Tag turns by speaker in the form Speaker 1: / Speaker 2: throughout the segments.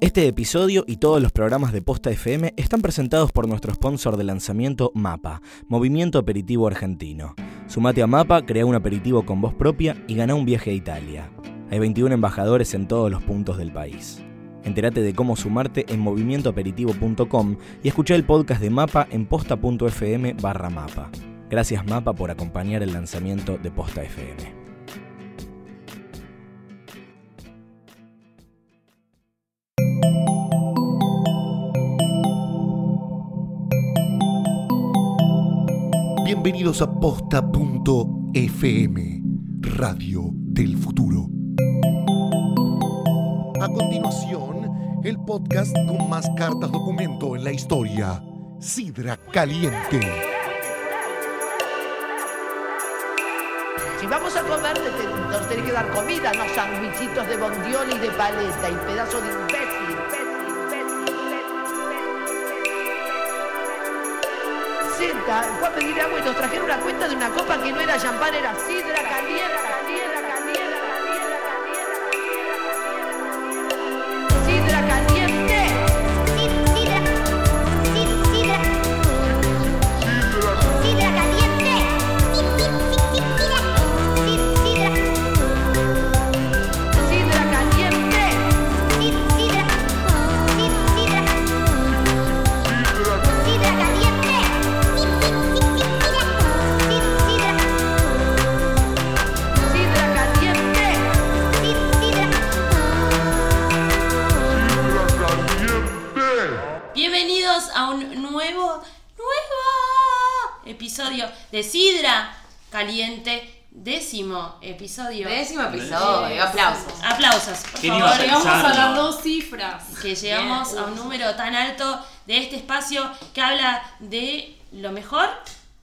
Speaker 1: Este episodio y todos los programas de Posta FM están presentados por nuestro sponsor de lanzamiento MAPA, Movimiento Aperitivo Argentino. Sumate a MAPA, crea un aperitivo con voz propia y gana un viaje a Italia. Hay 21 embajadores en todos los puntos del país. Entérate de cómo sumarte en movimientoaperitivo.com y escucha el podcast de Mapa en posta.fm barra Mapa. Gracias Mapa por acompañar el lanzamiento de Posta FM.
Speaker 2: Bienvenidos a posta.fm, Radio del Futuro. A continuación, el podcast con más cartas documento en la historia, Sidra Caliente.
Speaker 3: Si vamos a comer, te- te- nos tenés que dar comida, no sandwichitos de bondiola y de paleta y pedazo de imbécil. Senta, fue a pedir agua y nos trajeron una cuenta de una copa que no era champán, era sidra caliente, caliente, caliente, caliente, caliente. Sidra caliente.
Speaker 4: Sidra. Sid- Sidra. Sidra caliente. Sid- sid- sid- sid- sidra. Sid- sidra.
Speaker 3: Sidra caliente.
Speaker 4: Sid- sidra. Sid- sidra. Sidra caliente. Sid- sid- sid- sid- sidra. Sid- sidra.
Speaker 3: Sidra caliente.
Speaker 4: Sid-
Speaker 5: Bienvenidos a un nuevo, nuevo episodio de Sidra Caliente, décimo episodio.
Speaker 6: Décimo episodio, aplausos.
Speaker 5: Aplausos, por
Speaker 7: ¿Quién
Speaker 5: favor.
Speaker 7: iba
Speaker 8: Llegamos a
Speaker 7: pensando?
Speaker 8: las dos cifras.
Speaker 5: Que llegamos a un número tan alto de este espacio que habla de lo mejor,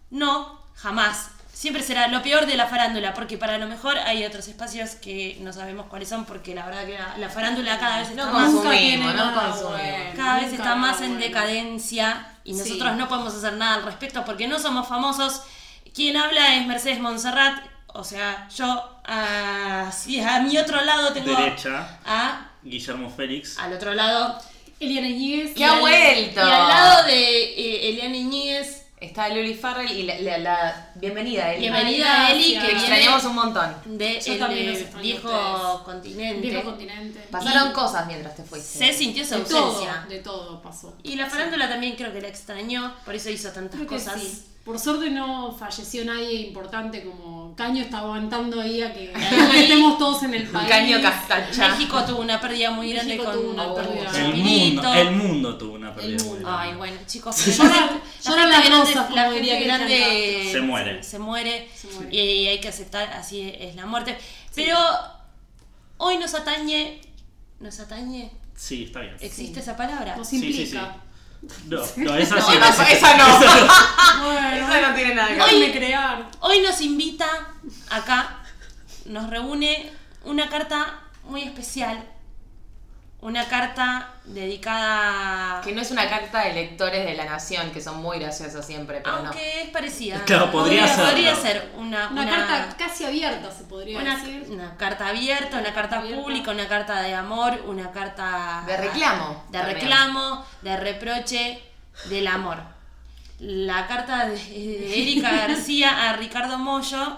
Speaker 5: no, jamás. Siempre será lo peor de la farándula, porque para lo mejor hay otros espacios que no sabemos cuáles son, porque la verdad que la, la farándula cada vez está
Speaker 6: No
Speaker 5: más
Speaker 8: Nunca
Speaker 6: consumimos,
Speaker 8: tiene
Speaker 6: no
Speaker 8: nada
Speaker 6: consumimos.
Speaker 8: bueno,
Speaker 5: cada vez
Speaker 8: nunca
Speaker 5: está más
Speaker 8: nada
Speaker 5: en
Speaker 8: bueno.
Speaker 5: decadencia y
Speaker 8: Sí.
Speaker 5: nosotros no podemos hacer nada al respecto porque no somos famosos. Quien habla es Mercedes Montserrat, o sea, yo ah, sí, a mi otro lado tengo
Speaker 7: Derecha,
Speaker 5: a
Speaker 7: Guillermo Félix.
Speaker 5: al otro lado
Speaker 8: Eliana Higues.
Speaker 5: y
Speaker 6: ¿Qué ha
Speaker 5: al-
Speaker 6: vuelto?
Speaker 5: y al lado de eh, Eliana Iñiguez,
Speaker 6: Está Luli Farrell y la, la- la- bienvenida, Eli.
Speaker 5: bienvenida
Speaker 8: Ay,
Speaker 5: Eli que
Speaker 8: gracias.
Speaker 6: Que
Speaker 5: viene
Speaker 6: extrañamos un montón.
Speaker 5: de
Speaker 8: Yo
Speaker 5: el,
Speaker 8: también los
Speaker 5: eh,
Speaker 8: extraño a
Speaker 5: viejo
Speaker 8: ustedes.
Speaker 5: continente.
Speaker 8: Viejo continente.
Speaker 6: Pasaron cosas mientras te fuiste.
Speaker 5: Se sintió su
Speaker 8: De todo,
Speaker 5: ausencia.
Speaker 8: de todo pasó.
Speaker 5: Y la farándula también creo que la extrañó, por eso hizo tantas
Speaker 8: Creo que
Speaker 5: cosas.
Speaker 8: sí. Por suerte no falleció nadie importante como Caño está aguantando ahí a que, a que estemos todos en el país.
Speaker 6: Caño Castacha.
Speaker 5: México tuvo una pérdida muy grande
Speaker 8: México
Speaker 5: con
Speaker 8: tuvo una pérdida.
Speaker 5: con
Speaker 7: el
Speaker 5: Chespirito.
Speaker 7: mundo, el mundo tuvo una pérdida.
Speaker 8: mundo.
Speaker 5: Ay, bueno, chicos,
Speaker 8: Lloran- lloran
Speaker 5: gente
Speaker 8: las
Speaker 5: grande-
Speaker 8: rosas, como
Speaker 5: la gente
Speaker 8: diría que
Speaker 5: grande
Speaker 7: Se muere.
Speaker 5: se muere,
Speaker 8: Se muere.
Speaker 5: y hay que aceptar, así es la muerte. Pero hoy nos atañe, nos atañe,
Speaker 7: Sí, está bien.
Speaker 5: ¿existe esa palabra?
Speaker 8: Nos
Speaker 7: Sí, sí, sí.
Speaker 8: implica.
Speaker 7: No, no, esa sí.
Speaker 6: No, esa, esa no.
Speaker 8: Bueno,
Speaker 6: esa no tiene nada que ver.
Speaker 8: déjame crear.
Speaker 5: Hoy nos invita acá, nos reúne una carta muy especial, una carta dedicada...
Speaker 6: Que no es una carta de lectores de la nación, que son muy graciosos siempre, pero
Speaker 5: Aunque es parecida.
Speaker 7: Claro, podría serlo.
Speaker 5: Podría ser una,
Speaker 8: Una,
Speaker 5: una-
Speaker 8: carta casi abierta se podría
Speaker 5: una-
Speaker 8: decir.
Speaker 5: una carta abierta, una carta
Speaker 8: Abierta.
Speaker 5: pública, una carta de amor, una carta.
Speaker 6: De reclamo,
Speaker 5: De
Speaker 6: también.
Speaker 5: reclamo, de reproche, del amor. La carta de, de Erika García a Ricardo Mollo,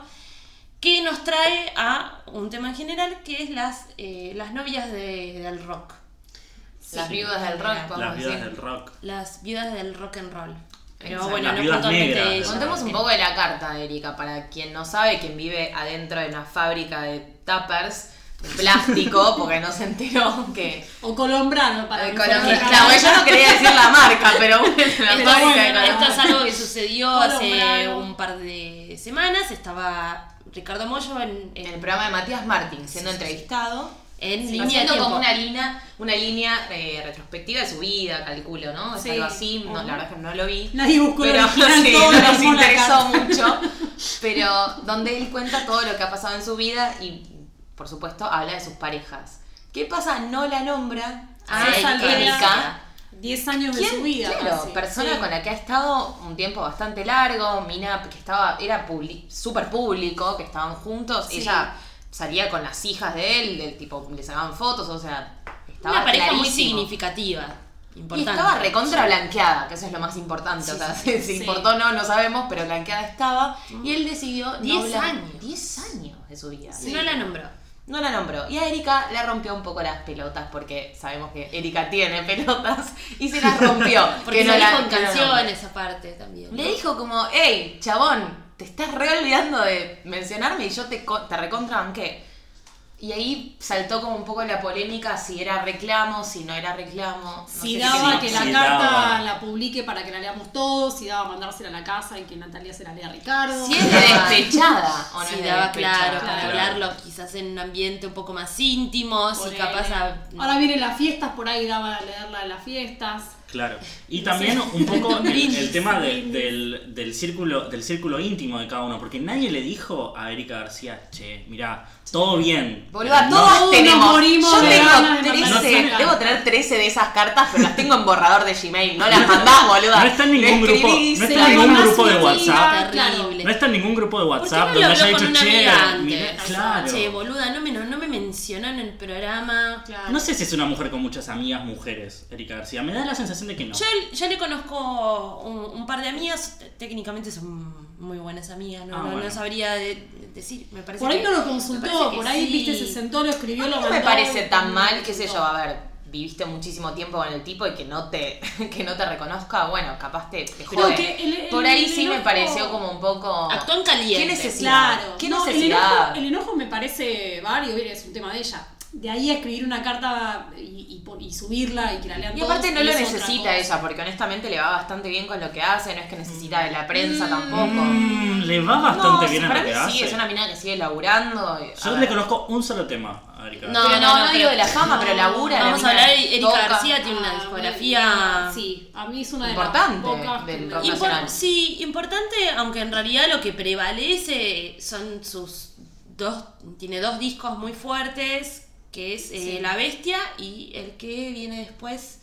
Speaker 5: que nos trae a un tema en general que es las, eh, las novias de- del rock.
Speaker 6: no. Las viudas del rock, podemos
Speaker 7: Las viudas
Speaker 6: decir.
Speaker 7: del rock.
Speaker 5: Las viudas del rock and roll. Pero
Speaker 6: Exacto.
Speaker 5: bueno,
Speaker 7: Las
Speaker 5: no
Speaker 7: viudas
Speaker 5: puntualmente
Speaker 7: negras.
Speaker 5: ella.
Speaker 6: Contemos un poco de la carta, Erika, para quien no sabe, quien vive adentro de una fábrica de tuppers de plástico, porque no se enteró que
Speaker 8: O colombrano para
Speaker 6: Eh,
Speaker 8: que
Speaker 6: con
Speaker 8: fuera
Speaker 6: los-
Speaker 8: una
Speaker 6: claro,
Speaker 8: carta.
Speaker 6: yo no quería decir la marca, pero bueno, la
Speaker 5: Esto,
Speaker 6: marca
Speaker 8: bueno,
Speaker 6: de
Speaker 8: Colombrano.
Speaker 5: esto
Speaker 6: Colombo.
Speaker 5: es algo que sucedió hace
Speaker 8: Colombrano.
Speaker 5: un par de semanas. Estaba Ricardo Mollo en, en-
Speaker 6: En el programa de Matías Martín, siendo
Speaker 5: Sí, sí, sí.
Speaker 6: entrevistado,
Speaker 5: en línea de
Speaker 6: haciendo
Speaker 5: tiempo.
Speaker 6: como una línea, una línea eh, retrospectiva de su vida, calculo, ¿no? Es
Speaker 8: Sí.
Speaker 6: algo así, no,
Speaker 8: Ajá.
Speaker 6: la verdad es que no lo vi.
Speaker 8: Nadie buscó el
Speaker 6: pero
Speaker 8: original,
Speaker 6: sí,
Speaker 8: todo
Speaker 6: no
Speaker 8: lo
Speaker 6: nos
Speaker 8: armó la
Speaker 6: interesó
Speaker 8: carta.
Speaker 6: mucho, pero donde él cuenta todo lo que ha pasado en su vida y, por supuesto, habla de sus parejas. ¿Qué pasa? No la nombra a
Speaker 5: Ah,
Speaker 6: esa
Speaker 5: Erika.
Speaker 6: Erika.
Speaker 8: 10 años de
Speaker 6: ¿Quién?
Speaker 8: su vida.
Speaker 6: Claro,
Speaker 8: casi.
Speaker 6: persona
Speaker 8: Sí.
Speaker 6: con la que ha estado un tiempo bastante largo, Mina que estaba, era publi- súper público, que estaban juntos,
Speaker 8: Sí.
Speaker 6: ella salía con las hijas de él, del tipo, le sacaban fotos, o sea, Estaba
Speaker 5: una pareja muy
Speaker 6: clarísimo.
Speaker 5: significativa.
Speaker 6: Y
Speaker 5: Importante.
Speaker 6: estaba recontra blanqueada, que eso es lo más importante. o sea, si si
Speaker 5: sí. Mm.
Speaker 6: importó o no, no sabemos, pero blanqueada estaba. Y él decidió. no
Speaker 5: Diez
Speaker 6: blan-
Speaker 5: años.
Speaker 6: 10 años de su vida.
Speaker 5: Sí. No la nombró.
Speaker 6: No la nombró. Y a Erika le rompió un poco las pelotas, porque sabemos que Erika tiene pelotas, y se las rompió.
Speaker 5: Porque
Speaker 6: que
Speaker 5: no
Speaker 6: no la-
Speaker 5: dijo en
Speaker 6: que no la nombró.
Speaker 5: canciones aparte también.
Speaker 6: Le dijo como, hey, chabón, te estás re olvidando de mencionarme y yo te, co- te recontra banqué". Y ahí saltó como un poco la polémica si era reclamo, si no era reclamo. No
Speaker 8: Si
Speaker 6: sé
Speaker 8: daba
Speaker 7: sí,
Speaker 8: que
Speaker 6: qué-
Speaker 8: la
Speaker 7: sí
Speaker 8: carta
Speaker 7: daba.
Speaker 8: la publique para que la leamos todos, si daba mandársela a la casa y que Natalia se la lea a Ricardo.
Speaker 6: Si es de despechada o no
Speaker 5: Sí,
Speaker 6: es de
Speaker 5: daba claro,
Speaker 6: despechada.
Speaker 5: para
Speaker 7: Claro.
Speaker 5: hablarlo quizás en un ambiente un poco más íntimo, si
Speaker 8: Ponele.
Speaker 5: capaz a-
Speaker 8: Ahora vienen las fiestas, por ahí daba a leerla de las fiestas.
Speaker 7: Claro. Y también un poco el,
Speaker 5: Brindis,
Speaker 7: el tema de-
Speaker 5: brindis.
Speaker 7: del, del círculo, del círculo íntimo de cada uno, porque nadie le dijo a Erika García, che, mirá, todo bien. Eh,
Speaker 6: Boluda,
Speaker 7: pero no-
Speaker 6: todos
Speaker 8: Todos nos
Speaker 6: tenemos.
Speaker 8: morimos
Speaker 6: Yo
Speaker 8: de ganas de
Speaker 6: tengo
Speaker 8: mandar
Speaker 6: 13,
Speaker 8: cartas.
Speaker 6: debo tener 13 de esas cartas, pero las tengo en borrador de Gmail. No las mandás, boluda.
Speaker 7: No está en ningún
Speaker 6: Lo
Speaker 7: grupo,
Speaker 6: escribís,
Speaker 7: no
Speaker 6: se
Speaker 7: está
Speaker 6: la
Speaker 7: en ningún
Speaker 6: mandás.
Speaker 7: grupo de WhatsApp.
Speaker 5: terrible.
Speaker 7: No está en ningún grupo de
Speaker 5: ¿Por qué
Speaker 7: WhatsApp
Speaker 5: no
Speaker 7: donde
Speaker 5: lo habló
Speaker 7: haya
Speaker 5: con
Speaker 7: dicho,
Speaker 5: una
Speaker 7: che,
Speaker 5: amiga antes?
Speaker 7: mirá", claro.
Speaker 5: Che, boluda, no me, no me mencionó en el programa.
Speaker 8: Claro.
Speaker 7: No sé si es una mujer con muchas amigas mujeres, Erika García. Me da la sensación de que no.
Speaker 5: Yo, yo le conozco un, un par de amigas, t- técnicamente son muy buenas amigas, no,
Speaker 7: Ah,
Speaker 5: no- no
Speaker 7: bueno.
Speaker 5: sabría de- de- decir, me parece
Speaker 8: Por ahí
Speaker 5: que-
Speaker 8: no lo
Speaker 5: me parece
Speaker 8: consultó,
Speaker 5: que
Speaker 8: por ahí,
Speaker 5: sí.
Speaker 8: viste, se sentó, lo escribió, lo
Speaker 6: No
Speaker 8: mandó.
Speaker 6: me parece tan
Speaker 8: no
Speaker 6: mal,
Speaker 8: lo
Speaker 6: qué sé yo,
Speaker 8: consultó.
Speaker 6: a ver, viviste muchísimo tiempo con el tipo y que no te, que no te reconozca, bueno, capaz te, te
Speaker 8: Pero
Speaker 6: jode.
Speaker 8: que el- el-
Speaker 6: Por ahí
Speaker 8: el
Speaker 6: sí me
Speaker 8: enojo-
Speaker 6: pareció como un poco...
Speaker 5: Actuó en caliente.
Speaker 6: ¿Qué necesidad?
Speaker 8: Claro.
Speaker 6: ¿Qué
Speaker 8: No, el,
Speaker 6: necesidad?
Speaker 8: enojo, el enojo me parece vario, mira, es un tema de ella. De ahí a escribir una carta y, y pon- y subirla y que la lean
Speaker 6: Y
Speaker 8: todos,
Speaker 6: aparte no lo
Speaker 8: es otra cosa.
Speaker 6: necesita ella, porque honestamente le va bastante bien con lo que hace, no es que necesita de la prensa tampoco.
Speaker 7: Mm, le va
Speaker 6: No,
Speaker 7: bastante
Speaker 6: sí,
Speaker 7: bien a
Speaker 6: para
Speaker 7: lo que
Speaker 6: mí sí,
Speaker 7: hace.
Speaker 6: es una mina que sigue laburando. y- a
Speaker 7: Yo le
Speaker 6: ver.
Speaker 7: conozco un solo tema a Erika
Speaker 5: No,
Speaker 7: García.
Speaker 6: Pero no, no, digo de la fama, pero labura. la
Speaker 5: Vamos a
Speaker 6: mina
Speaker 5: hablar, Erika
Speaker 6: toca.
Speaker 5: García tiene una
Speaker 8: Ah,
Speaker 5: discografía...
Speaker 8: bueno, Sí, a mí es una de
Speaker 6: Importante
Speaker 8: las pocas que
Speaker 6: del
Speaker 8: me-
Speaker 6: rock
Speaker 8: Y
Speaker 5: Impor-
Speaker 8: por-
Speaker 6: nacional.
Speaker 5: sí, importante, aunque en realidad lo que prevalece son sus dos, tiene dos discos muy fuertes, que es eh,
Speaker 8: Sí.
Speaker 5: La Bestia y el que viene después,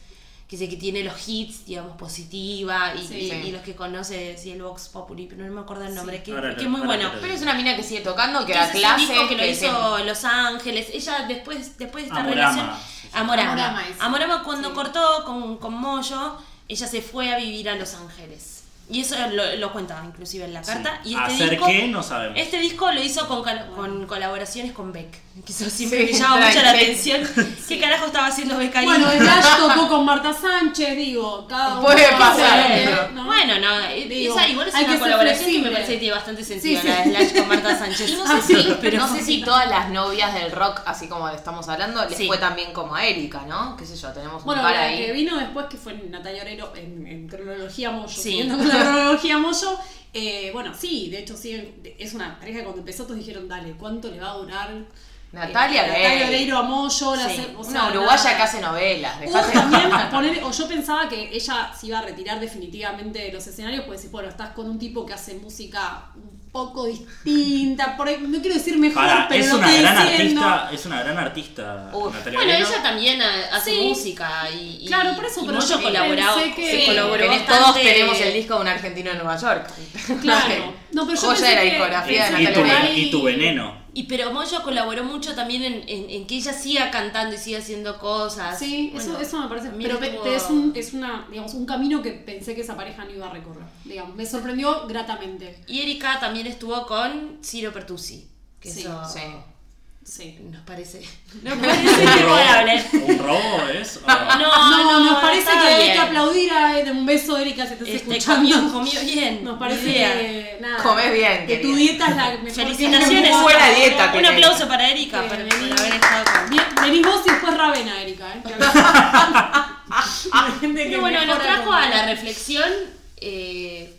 Speaker 5: que sé que tiene los hits, digamos, positiva y,
Speaker 8: Sí.
Speaker 5: y-
Speaker 6: Sí.
Speaker 5: y los que conoce, sí, el Vox Populi, pero no me acuerdo el nombre, que,
Speaker 7: Ahora lo-
Speaker 5: que es muy
Speaker 7: ahora
Speaker 5: bueno.
Speaker 7: te lo
Speaker 6: Pero es una mina que sigue tocando, que
Speaker 5: Ese
Speaker 6: da
Speaker 5: es un
Speaker 6: clases.
Speaker 5: disco que lo
Speaker 6: se-
Speaker 5: hizo Los Ángeles. Ella después, después de esta
Speaker 7: Amorama.
Speaker 5: relación. Amorama.
Speaker 8: Amorama,
Speaker 5: Amorama,
Speaker 8: ese.
Speaker 5: cuando
Speaker 8: Sí.
Speaker 5: cortó con, con Moyo, ella se fue a vivir a Los Ángeles. Y eso lo, lo cuenta inclusive en la carta.
Speaker 7: Sí.
Speaker 5: Y este
Speaker 7: ¿Hacer
Speaker 5: disco,
Speaker 7: qué? No sabemos.
Speaker 5: Este disco lo hizo con, cal- con colaboraciones con Beck. Que eso siempre
Speaker 6: Sí,
Speaker 5: me llama mucho la
Speaker 6: tranqui.
Speaker 5: atención. ¿Qué carajo estaba haciendo Beck ahí?
Speaker 8: Bueno, el Dash tocó con Marta Sánchez, digo, cada uno
Speaker 6: Puede
Speaker 8: hace,
Speaker 6: pasar,
Speaker 8: ¿eh?
Speaker 6: pero-
Speaker 8: ¿no?
Speaker 5: Bueno, no, e-
Speaker 8: Digo,
Speaker 5: esa igual es
Speaker 8: hay que
Speaker 5: una
Speaker 8: ser
Speaker 5: colaboración que me
Speaker 8: flexible.
Speaker 5: parece que tiene bastante sentido,
Speaker 8: Sí,
Speaker 5: la
Speaker 8: sí.
Speaker 5: de Slash con Marta Sánchez. Ah,
Speaker 6: Y no sé, si,
Speaker 5: pero-
Speaker 6: no sé si todas las novias del rock, así como le estamos hablando, les
Speaker 5: Sí.
Speaker 6: fue tan bien como a Erika, ¿no? Qué sé yo, tenemos un
Speaker 8: Bueno,
Speaker 6: par
Speaker 8: la que
Speaker 6: ahí.
Speaker 8: vino después, que fue Natalia Orero en, en cronología Moyo,
Speaker 5: Sí.
Speaker 8: siguiendo con la cronología Moyo, eh, bueno, sí, de hecho, sí, es una pareja que cuando empezó todos dijeron, dale, ¿cuánto le va a durar?
Speaker 6: Natalia
Speaker 8: Eh, Natalia
Speaker 6: Oreiro.
Speaker 8: Oreiro a Moyo, la
Speaker 5: Sí,
Speaker 8: se- o sea,
Speaker 6: Una uruguaya
Speaker 8: nada.
Speaker 6: que hace novelas.
Speaker 8: O
Speaker 6: dejate-
Speaker 8: también poner, o yo pensaba que ella se iba a retirar definitivamente de los escenarios, pues decís, bueno, estás con un tipo que hace música un poco distinta, por ahí, no quiero decir mejor,
Speaker 7: Pará,
Speaker 8: pero
Speaker 7: es
Speaker 8: no
Speaker 7: una
Speaker 8: estoy
Speaker 7: gran
Speaker 8: diciendo.
Speaker 7: artista, es una gran artista
Speaker 6: Uf.
Speaker 7: Natalia
Speaker 5: Bueno,
Speaker 7: Oreiro.
Speaker 5: ella también ha- hace
Speaker 8: Sí.
Speaker 5: música y, y-
Speaker 8: Claro, por eso,
Speaker 5: y
Speaker 8: pero
Speaker 5: Moyo
Speaker 8: yo
Speaker 5: colaboraba-
Speaker 8: pensé que-
Speaker 5: se
Speaker 6: Sí,
Speaker 5: colaboró
Speaker 6: tenés-
Speaker 5: bastante.
Speaker 6: todos tenemos el disco de un argentino en Nueva York.
Speaker 8: Claro. No, pero yo
Speaker 6: Joya
Speaker 8: pensé
Speaker 6: de la
Speaker 8: que-
Speaker 6: discografía de
Speaker 8: pensé
Speaker 7: y,
Speaker 8: que
Speaker 7: tu,
Speaker 6: Natalia
Speaker 8: por
Speaker 6: Oreiro.
Speaker 8: ahí-
Speaker 7: y tu veneno.
Speaker 5: Y pero Moyo colaboró mucho también en, en- en que ella siga cantando y siga haciendo cosas.
Speaker 8: Sí,
Speaker 5: Bueno,
Speaker 8: eso, eso me parece.
Speaker 5: también
Speaker 8: Pero, pe-
Speaker 5: estuvo-
Speaker 8: pero es, un, es una, digamos, un camino que pensé que esa pareja no iba a recorrer. Digamos, me sorprendió gratamente.
Speaker 5: Y Erika también estuvo con Ciro Pertusi. Que
Speaker 8: Sí,
Speaker 5: eso
Speaker 6: Sí.
Speaker 8: Sí.
Speaker 5: nos parece. Nos parece memorable.
Speaker 7: ¿Un robo es? ¿O
Speaker 5: No,
Speaker 8: No,
Speaker 5: no,
Speaker 8: nos parece
Speaker 5: está
Speaker 8: que hay
Speaker 5: bien.
Speaker 8: que aplaudir a de un beso, Erika, si estás
Speaker 5: Este,
Speaker 8: escuchando.
Speaker 5: comió, comió bien.
Speaker 8: Nos parece
Speaker 5: Bien.
Speaker 8: que. Nada,
Speaker 6: Comés bien,
Speaker 8: Que tu
Speaker 6: querida.
Speaker 8: dieta es la mejor. que-
Speaker 5: Felicitaciones.
Speaker 6: Muy buena dieta
Speaker 5: Un
Speaker 6: tenés.
Speaker 5: aplauso para Erika por, por
Speaker 8: Bienvenida.
Speaker 5: haber estado con.
Speaker 8: Bien, venís vos y después Ravena, Erika. ¿eh? La gente que
Speaker 5: Pero bueno, nos
Speaker 8: mejora
Speaker 5: trajo
Speaker 8: con-
Speaker 5: a la reflexión. eh,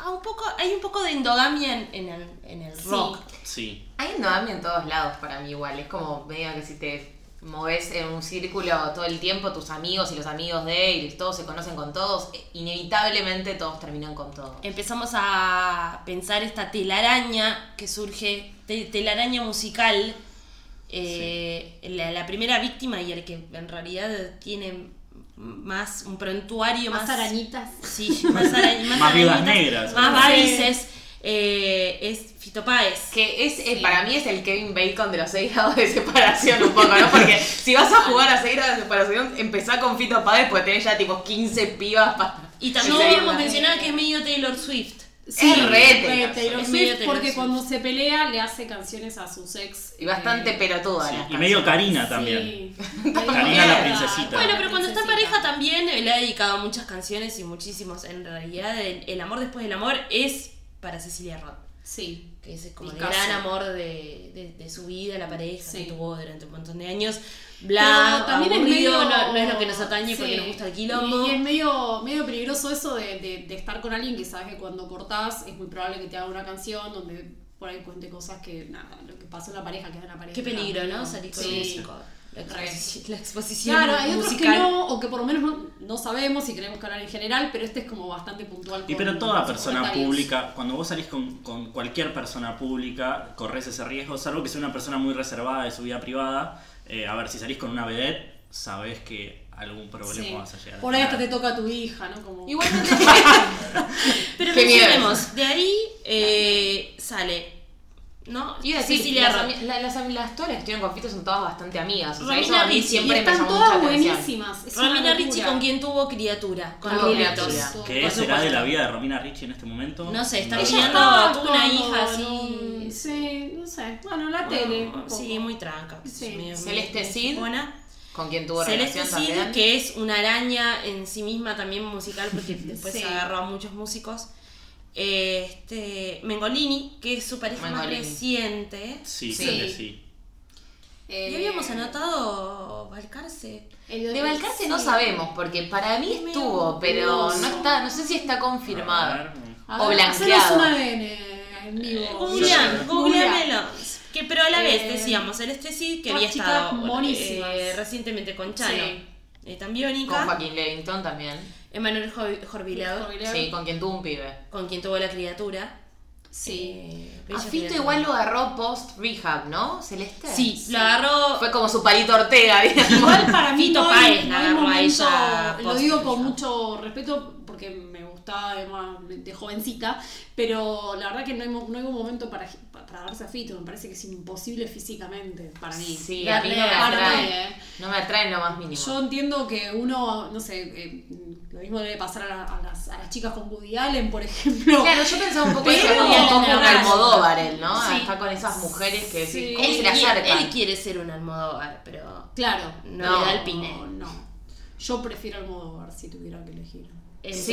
Speaker 5: a un poco, hay un poco de endogamia en, en el, en el
Speaker 8: Sí.
Speaker 5: rock.
Speaker 7: Sí.
Speaker 6: Hay endamia en todos lados para mí igual. Es como medio que si te moves en un círculo todo el tiempo, tus amigos y los amigos de él, todos se conocen con todos, e- inevitablemente todos terminan con todos.
Speaker 5: Empezamos a pensar esta telaraña que surge, te- telaraña musical. eh, la, la primera víctima y el que en realidad tiene más un prontuario más,
Speaker 8: Más arañitas.
Speaker 5: Sí, más, arañ-
Speaker 7: Más viudas
Speaker 5: arañitas,
Speaker 7: negras.
Speaker 5: Más varices. eh, es Fito Páez.
Speaker 6: Que es, eh, para mí es el Kevin Bacon de los 6 grados de separación un poco, ¿no? Porque si vas a jugar a 6 grados de separación, empezá con Fito Páez porque tenés ya tipo 15 pibas para...
Speaker 5: Y también
Speaker 6: Sí,
Speaker 5: habíamos
Speaker 6: sí.
Speaker 5: mencionado que es medio Taylor Swift.
Speaker 8: Sí,
Speaker 6: es re
Speaker 8: re
Speaker 6: Taylor
Speaker 5: Swift.
Speaker 8: Taylor Swift,
Speaker 5: Es medio Taylor
Speaker 8: porque
Speaker 5: Swift.
Speaker 8: cuando se pelea le hace canciones a sus ex.
Speaker 6: Y bastante
Speaker 5: eh,
Speaker 6: pelotuda.
Speaker 7: Sí,
Speaker 6: las
Speaker 7: y medio
Speaker 6: canciones.
Speaker 7: Karina también.
Speaker 6: Karina la
Speaker 7: princesita.
Speaker 5: Bueno, pero cuando está en pareja también eh, le ha dedicado muchas canciones y muchísimos. En realidad, el, el amor después del amor es para Cecilia Roth,
Speaker 8: Sí.
Speaker 5: que es como el
Speaker 6: Picasso.
Speaker 5: gran amor de, de- de su vida, la pareja
Speaker 8: Sí.
Speaker 5: que tuvo durante un montón de años. Bla,
Speaker 8: Pero también es
Speaker 5: aburrido,
Speaker 8: medio-
Speaker 5: no, no es lo que nos atañe porque
Speaker 8: sí.
Speaker 5: nos gusta el quilombo.
Speaker 8: Y es medio, medio peligroso eso de, de- de estar con alguien que sabes que cuando cortás es muy probable que te haga una canción donde por ahí cuente cosas que, nada, lo que pasó en la pareja queda en la pareja.
Speaker 5: Qué peligro, ¿no? Salir con
Speaker 8: Sí.
Speaker 5: músico. La exposi- la exposición
Speaker 8: Claro, hay otros
Speaker 5: musical.
Speaker 8: que no, o que por lo menos no, no sabemos y queremos que hablar en general, pero este es como bastante puntual.
Speaker 7: Y
Speaker 8: con
Speaker 7: pero toda
Speaker 8: sus
Speaker 7: persona
Speaker 8: comentarios.
Speaker 7: pública, cuando vos salís con, con cualquier persona pública, corres ese riesgo, salvo que sea una persona muy reservada de su vida privada. Eh, a ver, si salís con una vedette, sabés que algún problema
Speaker 8: Sí.
Speaker 7: vas a llegar. a
Speaker 8: Por ahí hasta te
Speaker 7: tener.
Speaker 8: toca a tu hija, ¿no? Como...
Speaker 6: Igualmente...
Speaker 5: Pero
Speaker 6: Qué miedo.
Speaker 5: mencionemos, de ahí eh, sale, ¿no?
Speaker 6: Y iba a decir, las, ami- la- las, am- las- todas las que estuvieron con Fito son todas bastante amigas. O sea,
Speaker 5: Romina
Speaker 6: eso a mí
Speaker 5: Ricci,
Speaker 6: siempre
Speaker 8: Y
Speaker 6: me
Speaker 8: están
Speaker 6: llamó
Speaker 8: todas
Speaker 6: mucha atención.
Speaker 8: buenísimas. Es una
Speaker 5: Romina
Speaker 8: locura.
Speaker 5: Ricci con quien tuvo criatura, con
Speaker 6: Ah,
Speaker 5: Rulitos.
Speaker 6: criatura.
Speaker 7: ¿Qué
Speaker 5: Por
Speaker 7: será de
Speaker 5: supuesto.
Speaker 7: la vida de Romina Ricci en este momento?
Speaker 5: No sé, está
Speaker 7: No
Speaker 5: bien.
Speaker 7: sé.
Speaker 8: Ella
Speaker 5: Mirando,
Speaker 8: estaba
Speaker 5: tuvo una
Speaker 8: con
Speaker 5: hija
Speaker 8: un-
Speaker 5: así.
Speaker 8: Sí, no sé. Bueno, la
Speaker 5: Bueno,
Speaker 8: tele. un
Speaker 5: sí,
Speaker 8: poco.
Speaker 5: muy tranca.
Speaker 8: Sí.
Speaker 5: medio-
Speaker 6: Celeste
Speaker 5: medio
Speaker 6: Cid.
Speaker 5: buena.
Speaker 6: Con quien tuvo
Speaker 5: Celeste
Speaker 6: relación
Speaker 5: Cid,
Speaker 6: también.
Speaker 5: que es una araña en sí misma también musical, porque después
Speaker 8: Sí.
Speaker 5: se agarró a muchos músicos. Este, Mengolini, que es su pareja
Speaker 6: Mengolini.
Speaker 5: más reciente.
Speaker 7: Sí,
Speaker 6: Sí.
Speaker 7: creo que sí.
Speaker 8: Eh,
Speaker 5: Y habíamos anotado Valcarce.
Speaker 8: el
Speaker 6: De Balcarce no
Speaker 8: sí.
Speaker 6: sabemos, porque para mí
Speaker 5: Es medio
Speaker 6: estuvo, pero no
Speaker 5: dudoso.
Speaker 6: está, no sé si está confirmado.
Speaker 8: A
Speaker 6: O
Speaker 8: ver,
Speaker 6: blanqueado.
Speaker 8: hacenos una ADN en vivo.
Speaker 5: Googlean, googleamelo. Que pero a la vez
Speaker 8: Eh,
Speaker 5: decíamos, Celeste Cid, que
Speaker 8: todas
Speaker 5: había
Speaker 8: chicas
Speaker 5: estado
Speaker 8: monísimas.
Speaker 5: eh, recientemente con Chano.
Speaker 8: Sí.
Speaker 5: Eh, también
Speaker 6: Con
Speaker 5: Biónica.
Speaker 6: Joaquín Levington también.
Speaker 5: Emanuel Jo- Jorvilado,
Speaker 6: Sí, con quien tuvo un pibe.
Speaker 5: con quien tuvo la criatura.
Speaker 8: Sí.
Speaker 5: Eh,
Speaker 6: A
Speaker 5: bella
Speaker 6: Fito
Speaker 5: criatura.
Speaker 6: igual lo agarró post rehab, ¿no? Celeste.
Speaker 5: Sí, lo agarró.
Speaker 6: Fue como su palito Ortega, digamos.
Speaker 8: Igual para mí
Speaker 5: Fito
Speaker 8: no hay-
Speaker 5: Páez la
Speaker 8: no hay
Speaker 5: agarró a
Speaker 8: momento-
Speaker 5: ella
Speaker 8: Lo
Speaker 5: post-
Speaker 8: digo con mucho respeto porque me gustaba de, más- de jovencita, pero la verdad que no hay, mo- no hay un momento para, para darse a Fito. Me parece que es imposible físicamente para mí.
Speaker 6: Sí, a mí no me
Speaker 5: Darle-
Speaker 6: atrae.
Speaker 8: darle.
Speaker 6: No me atrae en lo más mínimo.
Speaker 8: Yo entiendo que uno, no sé, eh, lo mismo debe pasar a, la- a las, a las chicas con Woody Allen, por ejemplo.
Speaker 6: Claro, yo pensaba un poco
Speaker 5: Pero-
Speaker 6: eso, como un poco un Almodóvar, él, ¿no?
Speaker 5: Sí.
Speaker 6: Está con esas mujeres que decís,
Speaker 8: Sí.
Speaker 6: ¿cómo
Speaker 5: él,
Speaker 6: se las
Speaker 5: quiere,
Speaker 6: zarpan?
Speaker 5: él quiere ser un almodóvar, pero
Speaker 8: Claro.
Speaker 5: no,
Speaker 6: No.
Speaker 5: le da el pine.
Speaker 8: No. Yo prefiero Almodóvar si tuviera que elegir.
Speaker 5: Entre
Speaker 6: Sí,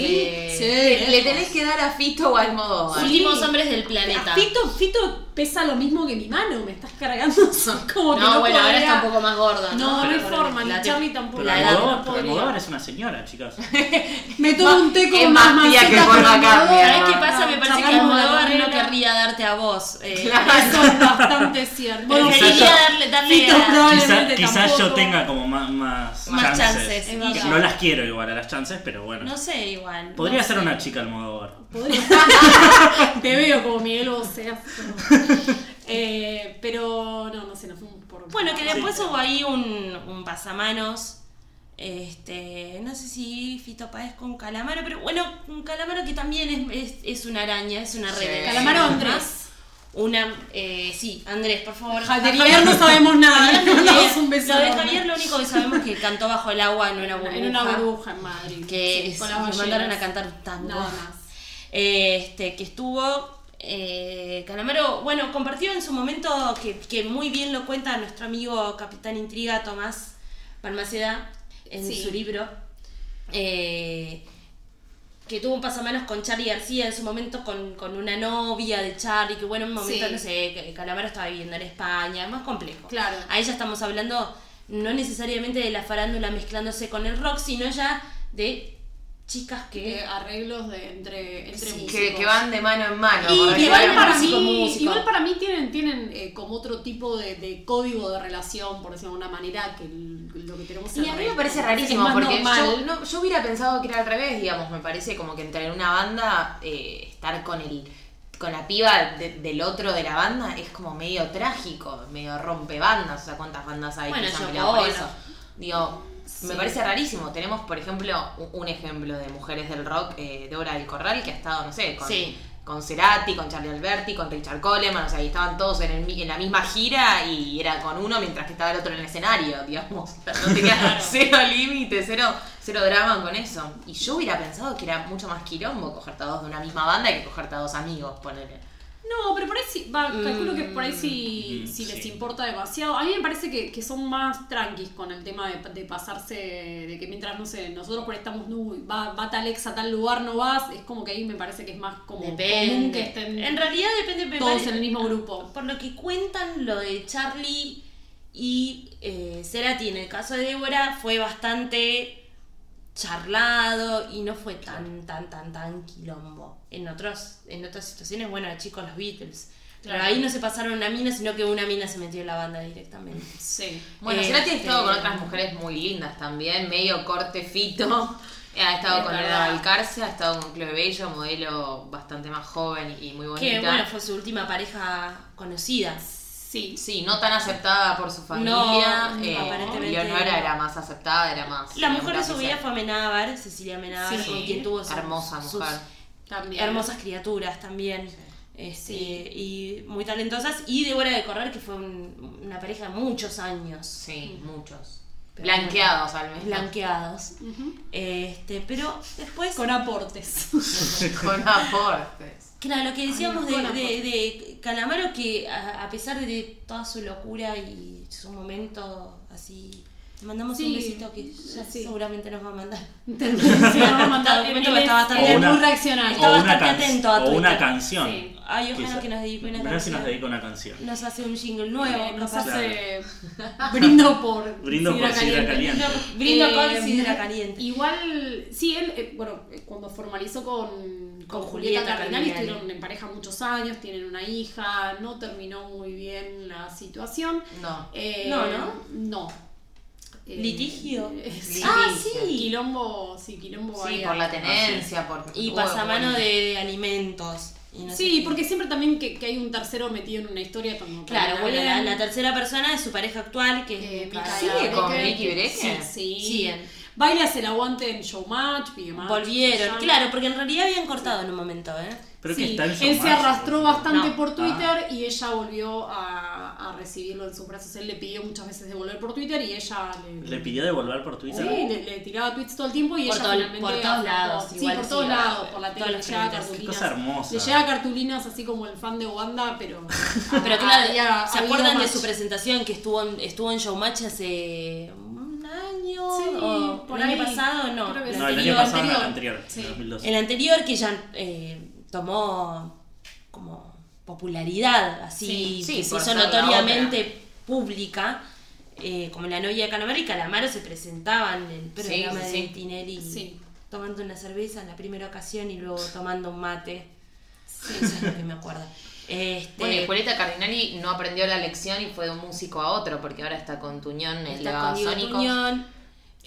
Speaker 8: Sí.
Speaker 6: Este, Le, le tenés que dar a Fito o a Almodóvar.
Speaker 5: los últimos hombres del planeta.
Speaker 8: Ah, Fito, Fito pesa lo mismo que mi mano, me estás cargando. Como
Speaker 5: No,
Speaker 8: que no,
Speaker 5: bueno, ahora
Speaker 8: podría-
Speaker 5: está un poco más gordo.
Speaker 8: No,
Speaker 5: Pero
Speaker 8: no hay
Speaker 5: por
Speaker 8: forma,
Speaker 5: la
Speaker 8: ni
Speaker 5: te-
Speaker 8: Charlie tampoco.
Speaker 7: Pero
Speaker 5: La edad
Speaker 7: Almodóvar,
Speaker 8: no
Speaker 7: pero
Speaker 8: podría.
Speaker 7: Almodóvar es una señora, chicas.
Speaker 8: Me tomo un té
Speaker 6: Es
Speaker 8: con
Speaker 6: más
Speaker 8: más
Speaker 6: tía
Speaker 8: mancitas
Speaker 6: que forma
Speaker 8: Almodóvar.
Speaker 6: carne,
Speaker 5: ¿Sabes
Speaker 6: No,
Speaker 5: qué pasa? Me parece que
Speaker 8: Chacamos la
Speaker 5: Almodóvar no
Speaker 8: barrera.
Speaker 5: querría darte a vos. eh.
Speaker 8: Eso es bastante cierto. Bueno,
Speaker 5: Preferiría darle, darle
Speaker 8: Fito
Speaker 5: a-
Speaker 8: Pro-
Speaker 7: Quizás
Speaker 8: Probablemente
Speaker 7: yo
Speaker 8: tampoco.
Speaker 7: tenga como más, más,
Speaker 5: Más chances,
Speaker 7: chances.
Speaker 5: es
Speaker 7: Y
Speaker 5: verdad.
Speaker 7: no las quiero igual a las chances, pero bueno.
Speaker 5: No sé, igual. no
Speaker 7: Podría
Speaker 5: sé.
Speaker 7: ser una chica Almodóvar.
Speaker 8: Podría- Te veo como Miguel Bosé. Eh, pero no, no sé, nos fuimos por.
Speaker 5: Bueno, que
Speaker 8: Sí.
Speaker 5: después hubo ahí un, un pasamanos. Este, no sé si Fito Páez con Calamaro, pero bueno, un Calamaro que también es, es, es una araña, es una
Speaker 6: Sí.
Speaker 5: red.
Speaker 8: Calamaro Andrés.
Speaker 5: Una, eh, sí, Andrés, por favor.
Speaker 8: Javier no sabemos nada.
Speaker 5: Javier,
Speaker 8: Le mandamos un beso
Speaker 5: Lo de
Speaker 8: enorme.
Speaker 5: Javier lo único que sabemos es que cantó bajo el agua en una burbuja.
Speaker 8: En una burbuja en Madrid.
Speaker 5: Que
Speaker 8: sí,
Speaker 5: se
Speaker 8: con las ballenas.
Speaker 5: mandaron a cantar tango.
Speaker 8: Nada más.
Speaker 5: Este, que estuvo. eh, Calamaro, bueno, compartió en su momento que, que muy bien lo cuenta nuestro amigo Capitán Intriga Tomás Palmaceda en
Speaker 8: Sí.
Speaker 5: su libro. eh, que tuvo un pasamanos con Charlie García en su momento con, con una novia de Charlie, que bueno, en un momento,
Speaker 8: Sí.
Speaker 5: no sé, que Calamaro estaba viviendo en España, más complejo.
Speaker 8: Claro.
Speaker 5: Ahí ya estamos hablando no necesariamente de la farándula mezclándose con el rock, sino ya de chicas que...
Speaker 8: que arreglos de entre, entre
Speaker 5: Sí,
Speaker 8: músicos.
Speaker 6: Que, que van de mano en mano.
Speaker 5: Y
Speaker 6: porque
Speaker 5: que
Speaker 8: Igual
Speaker 5: van
Speaker 6: van-
Speaker 8: para,
Speaker 5: músico,
Speaker 8: mí,
Speaker 5: músico.
Speaker 8: igual para mí tienen, tienen eh, como otro tipo de, de código de relación, por decirlo de alguna manera, que el- lo que tenemos
Speaker 6: Y a mí me parece rarísimo, porque yo, no, yo hubiera pensado que era al revés, digamos, me parece como que entrar en una banda, eh, estar con el con la piba de- del otro de la banda es como medio trágico, medio rompe bandas, o sea, cuántas bandas hay
Speaker 5: Bueno,
Speaker 6: que se han
Speaker 5: Yoko
Speaker 6: peleado por
Speaker 5: Ono.
Speaker 6: eso. Digo, me
Speaker 5: Sí.
Speaker 6: parece rarísimo. Tenemos, por ejemplo, u- un ejemplo de mujeres del rock, eh, Dora del Corral, que ha estado, no sé, con
Speaker 5: Sí.
Speaker 6: con Cerati, con Charlie Alberti, con Richard Coleman, o sea, y estaban todos en, el mi- en la misma gira y era con uno mientras que estaba el otro en el escenario, digamos. O sea, No tenía cero límite, cero, cero drama con eso. Y yo hubiera pensado que era mucho más quilombo cogerte a dos de una misma banda que cogerte a dos amigos, ponele.
Speaker 8: No, pero por ahí sí, va, calculo que por ahí sí,
Speaker 7: Mm,
Speaker 8: sí les
Speaker 7: sí.
Speaker 8: importa demasiado. A mí me parece que, que son más tranquis con el tema de, de pasarse, de que mientras, no sé, nosotros por ahí estamos, no, uy, va, va tal ex a tal lugar, no vas, es como que ahí me parece que es más como común que estén
Speaker 5: En realidad depende. me
Speaker 8: todos
Speaker 5: parece-
Speaker 8: en el mismo grupo.
Speaker 5: Por lo que cuentan, lo de Charlie y eh, Cerati en el caso de Débora fue bastante charlado y no fue tan, tan, tan, tan quilombo. En, otros, en otras situaciones, bueno, chicos, los Beatles. Pero
Speaker 8: Claro.
Speaker 5: ahí no se pasaron una mina, sino que una mina se metió en la banda directamente.
Speaker 8: Sí.
Speaker 6: Bueno,
Speaker 5: Eh,
Speaker 6: Cerati ha estado con
Speaker 5: este-
Speaker 6: otras mujeres muy lindas también, medio corte fito. Ha estado
Speaker 5: Es
Speaker 6: con
Speaker 5: verdad.
Speaker 6: Elena Valcarce, ha estado con Chloe Bello, modelo bastante más joven y muy bonita.
Speaker 5: Que bueno, fue su última pareja conocida.
Speaker 8: Sí.
Speaker 6: Sí, no tan aceptada por su familia.
Speaker 5: No,
Speaker 6: eh,
Speaker 5: aparentemente
Speaker 6: Leonora
Speaker 5: no.
Speaker 6: era más aceptada, era más.
Speaker 5: La
Speaker 6: era
Speaker 5: mujer
Speaker 6: un
Speaker 5: de su vida
Speaker 6: lápiz.
Speaker 5: fue Amenábar, Cecilia Amenábar,
Speaker 8: Sí.
Speaker 5: con quien tuvo sus-
Speaker 6: Hermosa
Speaker 5: sus
Speaker 6: mujer.
Speaker 8: También.
Speaker 5: hermosas criaturas también. este, Y muy talentosas. Y Débora de Correr, que fue un- una pareja de muchos años.
Speaker 6: Sí, muchos.
Speaker 5: Pero
Speaker 6: Blanqueados al menos.
Speaker 5: Blanqueados.
Speaker 8: Ujú.
Speaker 5: Este, pero después.
Speaker 8: Con aportes.
Speaker 6: Con aportes.
Speaker 5: Claro, lo que decíamos
Speaker 8: Ay,
Speaker 5: de,
Speaker 8: con
Speaker 5: de- de Calamaro, que a, a pesar de toda su locura y su momento así. Le mandamos un
Speaker 8: Sí,
Speaker 5: besito que ya
Speaker 8: sí.
Speaker 5: seguramente nos va a mandar.
Speaker 8: Se lo vamos a mandar.
Speaker 5: Este documento
Speaker 8: Él
Speaker 5: que
Speaker 8: es-
Speaker 5: está bastante-
Speaker 8: él es
Speaker 7: O una-
Speaker 8: muy reaccionario.
Speaker 5: Está
Speaker 7: o una,
Speaker 5: bastante atento a
Speaker 7: o una
Speaker 5: Twitter.
Speaker 7: canción.
Speaker 8: Sí.
Speaker 5: Ay, ojalá
Speaker 7: Quizá-
Speaker 5: que nos dedique una
Speaker 7: Mirá si nos
Speaker 5: canción.
Speaker 7: dedica una canción.
Speaker 5: Nos hace un jingle nuevo.
Speaker 8: Nos
Speaker 5: capaz.
Speaker 8: hace brindo por
Speaker 7: Brindo por sidra caliente.
Speaker 5: Brindo
Speaker 8: Eh,
Speaker 5: con sidra caliente.
Speaker 8: Igual, sí, él, eh, bueno, eh, cuando formalizó con, con Julieta,
Speaker 5: Julieta
Speaker 8: Cardinali,
Speaker 5: Cardinali.
Speaker 8: estuvieron en pareja muchos años, tienen una hija, no terminó muy bien la situación.
Speaker 6: No.
Speaker 8: Eh,
Speaker 5: No, ¿no?
Speaker 8: No. Eh,
Speaker 5: Litigio.
Speaker 8: eh, sí.
Speaker 5: Ah,
Speaker 8: Sí,
Speaker 5: sí.
Speaker 8: Quilombo, sí, quilombo.
Speaker 6: Sí,
Speaker 8: había.
Speaker 6: por la tenencia, por.
Speaker 5: Y
Speaker 6: Uy,
Speaker 5: pasamano
Speaker 6: bueno.
Speaker 5: de, este de alimentos. y no sé
Speaker 8: Sí,
Speaker 5: qué.
Speaker 8: porque siempre también que, que hay un tercero metido en una historia cuando
Speaker 5: Claro, bueno, la,
Speaker 8: vuelven,
Speaker 5: la tercera persona es su pareja actual, que es
Speaker 8: eh,
Speaker 5: Micaela.
Speaker 6: ¿Sigue
Speaker 8: Micaela
Speaker 6: con
Speaker 8: Brecker.
Speaker 6: Vicky
Speaker 8: Sí,
Speaker 6: Brecker?
Speaker 8: sí.
Speaker 5: Siguen.
Speaker 8: Baila se la aguante en Showmatch, Videomatch.
Speaker 5: Volvieron,
Speaker 8: Showmatch.
Speaker 5: claro, porque en realidad habían cortado en un momento, ¿eh?
Speaker 7: Pero
Speaker 8: Sí,
Speaker 7: que está en
Speaker 8: él se
Speaker 7: Showmatch,
Speaker 8: arrastró
Speaker 7: ¿no?
Speaker 8: bastante
Speaker 5: No. Ah.
Speaker 8: por Twitter y ella volvió a, a recibirlo en sus brazos. Él le pidió muchas veces de volver por Twitter y ella le,
Speaker 7: Le pidió devolver por
Speaker 8: Sí,
Speaker 7: Twitter.
Speaker 8: le, le tiraba tweets todo el tiempo y
Speaker 5: Por
Speaker 8: ella
Speaker 5: todo-
Speaker 8: finalmente
Speaker 5: por todos
Speaker 8: aflojó.
Speaker 5: lados,
Speaker 8: Sí,
Speaker 5: igual
Speaker 8: por
Speaker 5: sí,
Speaker 8: todos
Speaker 5: a-
Speaker 8: lados, por la
Speaker 5: todos
Speaker 8: tele le
Speaker 5: los
Speaker 8: llegaba
Speaker 5: frentes. Qué
Speaker 8: cartulinas.
Speaker 7: cosa hermosa.
Speaker 8: Le llegaba cartulinas así como el fan de Wanda, pero.
Speaker 5: Pero claro,
Speaker 8: Ah, había-
Speaker 5: ¿se
Speaker 8: había
Speaker 5: acuerdan de
Speaker 8: match.
Speaker 5: su presentación que estuvo en, estuvo en Showmatch hace un año?
Speaker 8: Sí,
Speaker 5: o
Speaker 8: por
Speaker 5: el
Speaker 8: ahí.
Speaker 5: año pasado, no.
Speaker 8: Creo que
Speaker 7: No, el año
Speaker 5: anterior,
Speaker 7: pasado, no,
Speaker 5: anterior.
Speaker 7: el anterior,
Speaker 8: Sí.
Speaker 7: el 2012.
Speaker 5: El anterior que ya eh, tomó como popularidad, así
Speaker 6: Sí, sí,
Speaker 5: que se
Speaker 6: por
Speaker 5: hizo
Speaker 6: ser la
Speaker 5: notoriamente pública, eh, como la novia de Calamaro y Calamaro se presentaban en el
Speaker 6: Sí,
Speaker 5: programa
Speaker 6: sí,
Speaker 5: de
Speaker 6: sí.
Speaker 5: Tinelli
Speaker 8: Sí.
Speaker 5: tomando una cerveza en la primera ocasión y luego tomando un mate.
Speaker 8: Sí.
Speaker 5: Eso es lo que me acuerdo. Este,
Speaker 6: Bueno, y Julieta Cardinali no aprendió la lección y fue de un músico a otro, porque ahora está con Tuñón, el
Speaker 5: está con Diego
Speaker 6: Babasónicos.
Speaker 5: Tuñón.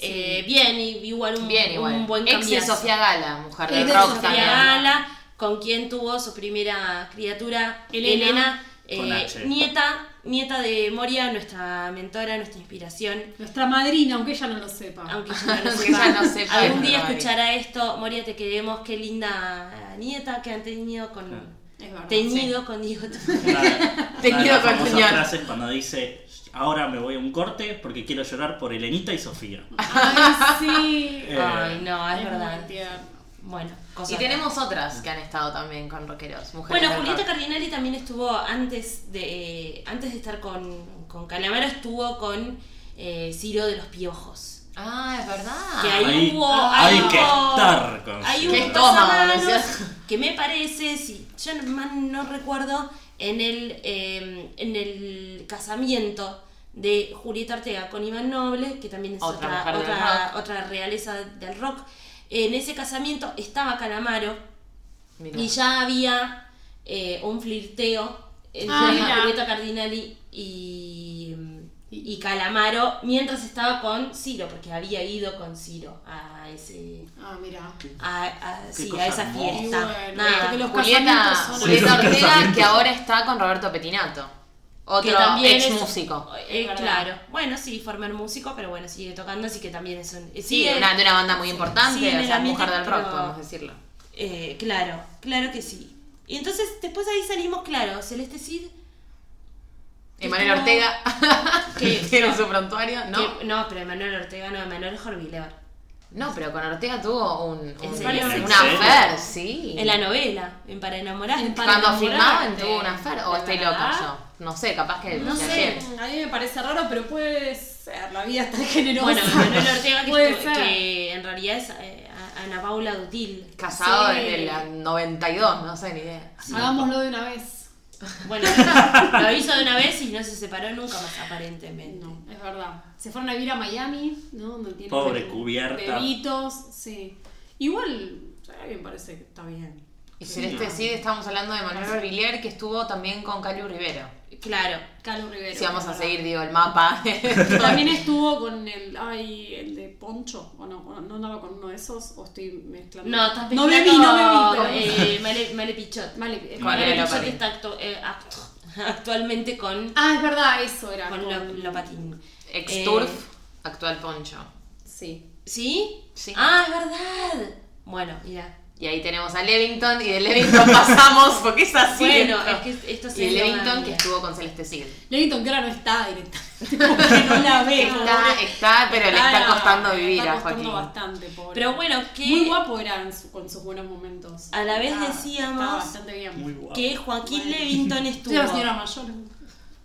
Speaker 5: Eh, bien, y igual un,
Speaker 6: Bien, igual.
Speaker 5: un buen
Speaker 6: Ex de
Speaker 5: cambiazo.
Speaker 6: Sofía Gala, mujer de
Speaker 5: Este
Speaker 6: rock
Speaker 5: Sofía
Speaker 6: también.
Speaker 5: Gala, con quien tuvo su primera criatura,
Speaker 8: Elena.
Speaker 5: Elena,
Speaker 7: Con
Speaker 5: eh,
Speaker 7: H.
Speaker 5: nieta, nieta de Moria, nuestra mentora, nuestra inspiración.
Speaker 8: Nuestra madrina, aunque ella no lo sepa.
Speaker 5: Aunque ya no lo
Speaker 6: Aunque
Speaker 5: sepa.
Speaker 6: ya no sepa,
Speaker 5: Algún
Speaker 6: es
Speaker 5: día
Speaker 6: verdad.
Speaker 5: escuchará esto, Moria, te queremos, qué linda nieta que han tenido con
Speaker 7: Claro.
Speaker 8: Es verdad.
Speaker 5: tenido con Diego.
Speaker 7: Una-
Speaker 6: Tenido
Speaker 7: una de las
Speaker 6: con
Speaker 7: famosas
Speaker 6: señal.
Speaker 7: frases cuando dice, ahora me voy a un corte porque quiero llorar por Elenita y Sofía.
Speaker 8: Ay, sí.
Speaker 7: Eh,
Speaker 5: Ay, no, es,
Speaker 8: muy
Speaker 5: verdad.
Speaker 8: tierno.
Speaker 5: Bueno,
Speaker 6: Y
Speaker 5: cosas
Speaker 6: tenemos otras que han estado también con rockeros, mujeres.
Speaker 5: Bueno,
Speaker 6: del
Speaker 5: Julieta
Speaker 6: rock.
Speaker 5: Cardinali también estuvo antes de eh, antes de estar con, con Calamaro, estuvo con eh, Ciro de los Piojos.
Speaker 6: Ah, es verdad.
Speaker 5: Que ahí,
Speaker 7: Ahí
Speaker 5: hubo.
Speaker 7: hay
Speaker 5: ahí
Speaker 7: que
Speaker 5: hubo-
Speaker 7: estar con
Speaker 5: Ahí
Speaker 7: Ciro.
Speaker 5: hubo
Speaker 6: Qué
Speaker 5: un
Speaker 6: estómago,
Speaker 5: pasamanos
Speaker 6: decía.
Speaker 5: que me parece, si yo no- más no recuerdo, en el, eh, en el casamiento de Julieta Ortega con Iván Noble, que también es
Speaker 6: Otra
Speaker 5: otra,
Speaker 6: mujer del
Speaker 5: otra, otra realeza del rock. En ese casamiento estaba Calamaro.
Speaker 6: Mirá.
Speaker 5: Y ya había eh, un flirteo entre
Speaker 8: Ah, mira.
Speaker 5: Julieta Cardinali y, y Calamaro mientras estaba con Ciro, porque había ido con Ciro a ese
Speaker 8: Ah, mira.
Speaker 5: a, a- sí,
Speaker 7: cosa
Speaker 5: a esa
Speaker 7: hermosa.
Speaker 5: fiesta.
Speaker 8: Y bueno,
Speaker 5: Nada.
Speaker 8: que los
Speaker 6: Julieta,
Speaker 8: casamientos son-
Speaker 6: Julieta
Speaker 7: Sí, los
Speaker 6: Ortega,
Speaker 7: casamientos.
Speaker 6: que ahora está con Roberto Petinato. Otro
Speaker 5: Que también
Speaker 6: ex
Speaker 5: es-
Speaker 6: músico.
Speaker 5: eh,
Speaker 8: Es verdad.
Speaker 5: claro. Bueno, sí, former músico, pero bueno, sigue tocando, así que también es un.
Speaker 6: Sí,
Speaker 5: sigue-
Speaker 6: de una, de una banda muy importante,
Speaker 5: Sí, en
Speaker 6: o
Speaker 5: el
Speaker 6: sea,
Speaker 5: ambiente,
Speaker 6: mujer del rock,
Speaker 5: pero-
Speaker 6: podemos decirlo.
Speaker 5: Eh, claro, claro que sí. Y entonces después ahí salimos, claro, Celeste Cid.
Speaker 6: Emanuel
Speaker 5: estuvo-
Speaker 6: Ortega, que
Speaker 5: que-
Speaker 6: hicieron su prontuario, ¿no?
Speaker 5: que- no, pero Emanuel Ortega no, Emanuel Horvilever.
Speaker 6: No, pero con Ortega tuvo un, un,
Speaker 5: ¿En
Speaker 6: una
Speaker 5: serio?
Speaker 7: ¿En serio?
Speaker 6: affair, sí.
Speaker 5: En la novela, en Para enamorar.
Speaker 8: En Para
Speaker 6: Cuando filmaban
Speaker 8: enamorarte.
Speaker 6: tuvo una affair, o
Speaker 8: ¿De
Speaker 6: estoy
Speaker 8: verdad?
Speaker 6: loca yo. No sé, capaz que...
Speaker 5: No sé.
Speaker 8: A mí me parece raro, pero puede ser. La vida está generosa.
Speaker 5: Bueno, Emanuel Ortega, que,
Speaker 8: Puede
Speaker 5: estuvo-
Speaker 8: ser.
Speaker 5: que en realidad es eh, a- Ana Paula Dutil.
Speaker 6: Casado
Speaker 8: Sí.
Speaker 6: desde la 92, no sé, ni idea.
Speaker 8: Hagámoslo de una vez.
Speaker 5: Bueno, lo hizo de una vez y no se separó nunca más, aparentemente.
Speaker 8: No, es verdad. Se fueron a vivir a Miami, ¿no? Donde tienen
Speaker 7: Pobre
Speaker 8: be-
Speaker 7: cubierta.
Speaker 8: Bebitos, sí. Igual, a mí me parece que está bien.
Speaker 6: Y Celeste sí, estamos hablando de Manuel Berbilier, que estuvo también con Cali Rivero.
Speaker 5: Claro.
Speaker 8: Carlos Rivero.
Speaker 6: Si vamos a
Speaker 8: ¿verdad?
Speaker 6: seguir, digo, el mapa.
Speaker 8: También estuvo con el, ay, el de Poncho, o no, o no andaba con uno de esos, o estoy mezclando.
Speaker 5: No, estás
Speaker 8: No bebí, no bebí,
Speaker 5: mezclando
Speaker 8: pero...
Speaker 5: con, eh, Male, Male Pichot.
Speaker 8: Vale, eh,
Speaker 7: Con
Speaker 5: Male
Speaker 6: Male
Speaker 5: Pichot
Speaker 6: Lopati.
Speaker 5: está actu- eh, actu- actualmente con,
Speaker 8: Ah, es verdad, eso era.
Speaker 5: con Lo- Lopatín.
Speaker 6: Ex-Turf,
Speaker 5: Eh,
Speaker 6: actual Poncho.
Speaker 8: Sí.
Speaker 5: ¿Sí?
Speaker 6: Sí.
Speaker 5: Ah, es verdad. Bueno, mira.
Speaker 6: Y ahí tenemos a Levington, y de Levington pasamos, porque es así.
Speaker 5: bueno,
Speaker 6: esto.
Speaker 5: es que esto
Speaker 6: Y de
Speaker 5: se
Speaker 6: Levington, que estuvo con Celeste Cid.
Speaker 8: Levington que ahora no está directamente, porque no la veo.
Speaker 6: Está,
Speaker 5: Ah,
Speaker 6: está, pero le está
Speaker 8: Está-
Speaker 6: costando vivir
Speaker 8: está
Speaker 6: a Joaquín.
Speaker 8: costando bastante, pobre.
Speaker 5: Pero bueno, que
Speaker 8: Muy guapo era en su- con sus buenos momentos.
Speaker 5: A la vez
Speaker 8: Estaba-
Speaker 5: decíamos-
Speaker 8: estaba bastante bien.
Speaker 7: Muy guapo.
Speaker 5: que Joaquín
Speaker 8: Bueno.
Speaker 5: Levington
Speaker 8: Estoy la señora
Speaker 5: estuvo
Speaker 8: mayor.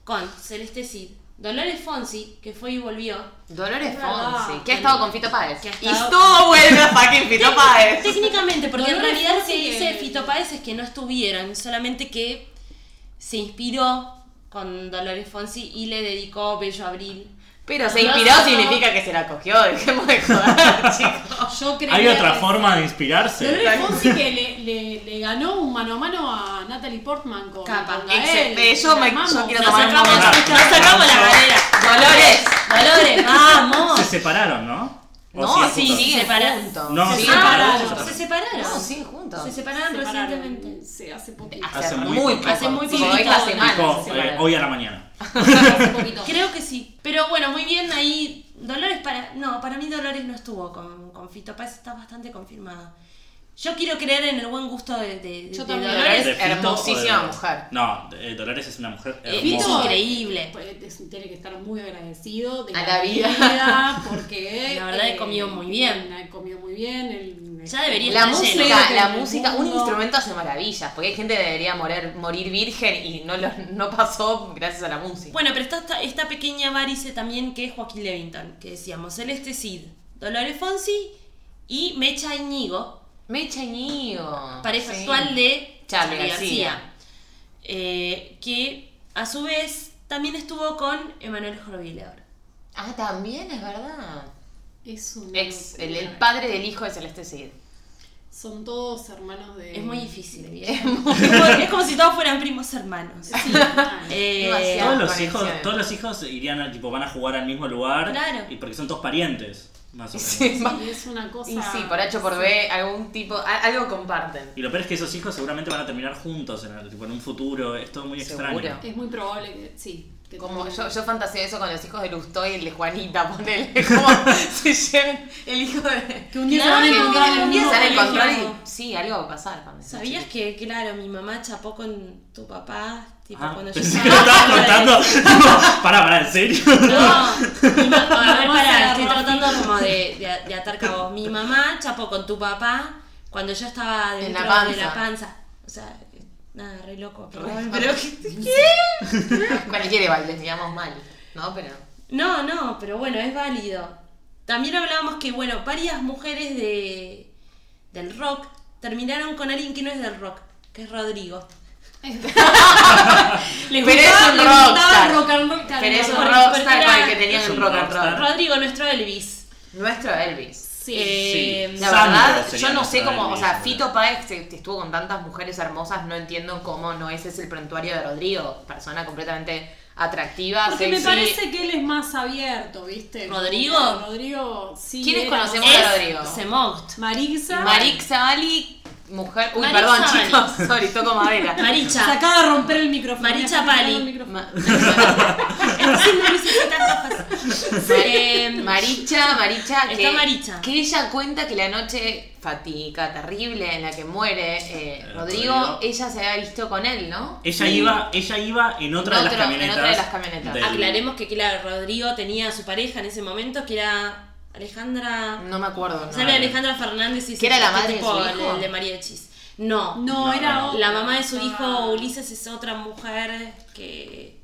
Speaker 5: con Celeste Cid, Dolores Fonsi, que fue y volvió.
Speaker 6: Dolores
Speaker 8: Es verdad.
Speaker 6: Fonsi, que ha estado con Fito Páez.
Speaker 5: Que ha
Speaker 6: Y
Speaker 5: estado-
Speaker 6: estuvo vuelve a fucking Fito Páez.
Speaker 5: Técnicamente, porque en
Speaker 8: Dolores
Speaker 5: realidad eh,
Speaker 8: Fonsi
Speaker 5: se dice
Speaker 8: que-
Speaker 5: Fito Páez es que no estuvieron, solamente que se inspiró con Dolores Fonsi y le dedicó Bello Abril.
Speaker 6: Pero se inspiró
Speaker 5: No.
Speaker 6: significa que se la cogió, dejemos de joder,
Speaker 5: oh,
Speaker 6: chicos.
Speaker 8: Yo creo
Speaker 7: Hay otra forma de inspirarse.
Speaker 8: Dolores Fonsi que le, le, le ganó un mano a mano a Natalie Portman con,
Speaker 5: Capa.
Speaker 8: con Gael.
Speaker 6: Excelente, yo,
Speaker 8: La
Speaker 6: me,
Speaker 8: amamos.
Speaker 6: yo quiero
Speaker 5: Nos
Speaker 6: tomar un
Speaker 5: sacamos-
Speaker 6: momento.
Speaker 7: nos sacamos la
Speaker 5: galera.
Speaker 6: Dolores.
Speaker 5: Dolores, vamos.
Speaker 7: Se separaron, ¿no? ¿O
Speaker 6: No,
Speaker 7: siguen
Speaker 6: sí,
Speaker 7: juntos?
Speaker 6: siguen
Speaker 5: Separa-
Speaker 6: juntos.
Speaker 7: No,
Speaker 5: se,
Speaker 7: sí,
Speaker 6: siguen
Speaker 7: separaron.
Speaker 5: separaron,
Speaker 6: juntos.
Speaker 5: se separaron.
Speaker 6: No, siguen juntos.
Speaker 5: Se separaron
Speaker 8: Separaron,
Speaker 5: recientemente.
Speaker 8: Sí, hace poquito.
Speaker 6: Hace
Speaker 7: Hace
Speaker 6: muy
Speaker 7: muy
Speaker 6: poco.
Speaker 7: poco.
Speaker 5: Hace muy
Speaker 6: Como
Speaker 5: poquito.
Speaker 6: esta semana
Speaker 7: Tipo,
Speaker 6: se
Speaker 7: eh,
Speaker 6: separaron.
Speaker 7: hoy a la mañana.
Speaker 8: Hace poquito.
Speaker 5: Creo que sí. Pero bueno, muy bien ahí. Dolores para. No, para mí Dolores no estuvo con, con Fito Paz, está bastante confirmada. Yo quiero creer en el buen gusto de, de-
Speaker 8: Yo
Speaker 5: de
Speaker 8: también.
Speaker 5: Dolores.
Speaker 7: ¿De Fito o de
Speaker 6: hermosísima
Speaker 7: Dolores?
Speaker 6: mujer.
Speaker 7: No, eh, Dolores es una mujer
Speaker 5: Eh,
Speaker 7: hermosa.
Speaker 5: Fito- increíble.
Speaker 8: Pues, es- tiene que estar muy agradecido de
Speaker 6: A
Speaker 8: la,
Speaker 6: la vida.
Speaker 8: vida. porque
Speaker 5: La verdad, he comido muy bien.
Speaker 8: ha comido muy bien. el-
Speaker 5: Ya debería
Speaker 6: La
Speaker 5: estar lleno.
Speaker 6: música,
Speaker 8: Creo que
Speaker 6: la
Speaker 8: en el
Speaker 6: música, un
Speaker 8: mundo-
Speaker 6: instrumento hace maravillas, porque hay gente que debería morir, morir virgen y no, lo, no pasó gracias a la música.
Speaker 5: Bueno, pero está esta, esta pequeña varice también que es Joaquín Levington, que decíamos, Celeste Cid, Dolores Fonsi y Mecha Iñigo,
Speaker 6: Mecha Ñigo.
Speaker 5: pareja
Speaker 6: Ah, Sí.
Speaker 5: actual de
Speaker 6: Charly
Speaker 5: Charlie
Speaker 6: García.
Speaker 5: García, eh, que a su vez también estuvo con Emanuel Jorvileor.
Speaker 6: Ah, también, es verdad.
Speaker 8: Es un.
Speaker 6: Ex, el, el padre del hijo de Celeste Cid.
Speaker 8: Son todos hermanos de.
Speaker 5: Es muy
Speaker 6: Eh,
Speaker 5: difícil, ¿bien? es, como, es como si todos fueran primos hermanos.
Speaker 8: Sí, mal.
Speaker 5: Eh,
Speaker 6: Demasiado.
Speaker 7: Todos los,
Speaker 6: Conexión.
Speaker 7: hijos, todos los hijos irían a, tipo, van a jugar al mismo lugar.
Speaker 5: Claro.
Speaker 7: Y porque son todos parientes, más o menos.
Speaker 8: Sí, es una cosa.
Speaker 6: Y sí, por H o por B, algún tipo, a- algo comparten.
Speaker 7: Y lo peor es que esos hijos seguramente van a terminar juntos en, el- tipo, en un futuro. Es todo muy extraño.
Speaker 6: Seguro.
Speaker 8: Es muy probable que sí. que
Speaker 6: Como
Speaker 8: tengan-
Speaker 6: yo, yo fantaseo eso con los hijos de Lustó y el de Juanita, ponele. Como se lleven el hijo de.
Speaker 8: Que un día
Speaker 5: Claro,
Speaker 8: se van a encontrar en
Speaker 5: que
Speaker 8: el
Speaker 5: un día
Speaker 6: Se
Speaker 8: mismo
Speaker 6: van a
Speaker 5: colegio.
Speaker 6: encontrar y. Sí, algo va a pasar cuando sea
Speaker 5: ¿Sabías
Speaker 6: chiquito.
Speaker 5: que, claro, mi mamá chapó con tu papá? Tipo,
Speaker 7: Ah,
Speaker 5: cuando yo
Speaker 7: pensé que lo
Speaker 5: estaba-
Speaker 7: estabas contando. Tipo, pará, pará, ¿en serio?
Speaker 5: No, mi mamá, a ver,
Speaker 8: Vamos a
Speaker 5: pará, estoy
Speaker 8: agarrar.
Speaker 5: tratando como de, de, de atar cabos. Mi mamá chapó con tu papá cuando yo estaba
Speaker 6: En
Speaker 5: dentro
Speaker 6: la panza.
Speaker 5: de la panza. O sea, nada, re loco. pero-
Speaker 6: Pero que. Bueno, quiere bailes, digamos mal, ¿no? Pero.
Speaker 5: No, no, pero bueno, es válido. También hablábamos que, bueno, varias mujeres de, del rock terminaron con alguien que no es del rock, que es Rodrigo.
Speaker 8: Les
Speaker 6: Pero
Speaker 8: gustaba-
Speaker 6: es un
Speaker 8: les gustaba
Speaker 6: rockstar.
Speaker 8: rock and roll, claro,
Speaker 6: Pero es un
Speaker 5: porque-
Speaker 6: rockstar
Speaker 5: porque
Speaker 6: con el
Speaker 5: era-
Speaker 6: que tenían
Speaker 7: Es
Speaker 6: el
Speaker 7: un
Speaker 6: rock and
Speaker 7: rockstar.
Speaker 6: roll.
Speaker 5: Rodrigo, nuestro Elvis.
Speaker 6: Nuestro Elvis.
Speaker 8: Sí.
Speaker 5: Eh,
Speaker 6: La
Speaker 7: Sandro
Speaker 6: verdad,
Speaker 7: sería
Speaker 6: yo no sé
Speaker 7: nuestro
Speaker 6: cómo, o
Speaker 7: Elvis,
Speaker 6: sea,
Speaker 7: ¿verdad?
Speaker 6: Fito Páez que que estuvo con tantas mujeres hermosas, no entiendo cómo no ese es el prontuario de Rodrigo, persona completamente atractiva,
Speaker 8: Porque me
Speaker 6: sexy.
Speaker 8: parece que él es más abierto, ¿viste?
Speaker 5: ¿Rodrigo?
Speaker 8: Rodrigo, sí.
Speaker 6: ¿Quiénes
Speaker 8: era-
Speaker 6: conocemos
Speaker 8: Es
Speaker 6: a Rodrigo?
Speaker 5: Semogt.
Speaker 8: Marixa.
Speaker 6: Maric Zavalli, mujer, uy,
Speaker 5: Maric
Speaker 6: perdón,
Speaker 5: Zavalli.
Speaker 6: chicos, sorry, toco madera.
Speaker 5: Maricha.
Speaker 8: Se acaba de romper el micrófono.
Speaker 5: Maricha
Speaker 8: Me acaba de
Speaker 5: Pali.
Speaker 8: romper el micrófono.
Speaker 6: Ma-
Speaker 5: Sí, no necesitas gafas. Em,
Speaker 6: Maricha, Maricha,
Speaker 5: Está Maricha.
Speaker 6: que ella cuenta que la noche fatídica, terrible, en la que muere eh,
Speaker 7: Eh,
Speaker 6: Rodrigo,
Speaker 7: Rodrigo.
Speaker 6: ella se había visto con él, ¿no?
Speaker 7: Ella,
Speaker 6: Sí.
Speaker 7: iba, ella iba en otra, de,
Speaker 6: Otro-
Speaker 7: las
Speaker 6: en
Speaker 7: camionetas
Speaker 6: otra de las camionetas.
Speaker 7: del-
Speaker 5: Aclaremos que Kila Rodrigo tenía a su pareja en ese momento, que era Alejandra.
Speaker 6: No me acuerdo. ¿no?
Speaker 5: Sale Alejandra Fernández y
Speaker 6: ¿Que era la
Speaker 5: este
Speaker 6: madre de
Speaker 5: tipo,
Speaker 6: su hijo?
Speaker 5: El de Mariachis. No.
Speaker 8: No,
Speaker 7: No,
Speaker 8: era
Speaker 7: no,
Speaker 8: otra.
Speaker 5: La mamá de su hijo
Speaker 8: Ah.
Speaker 5: Ulises es otra mujer que.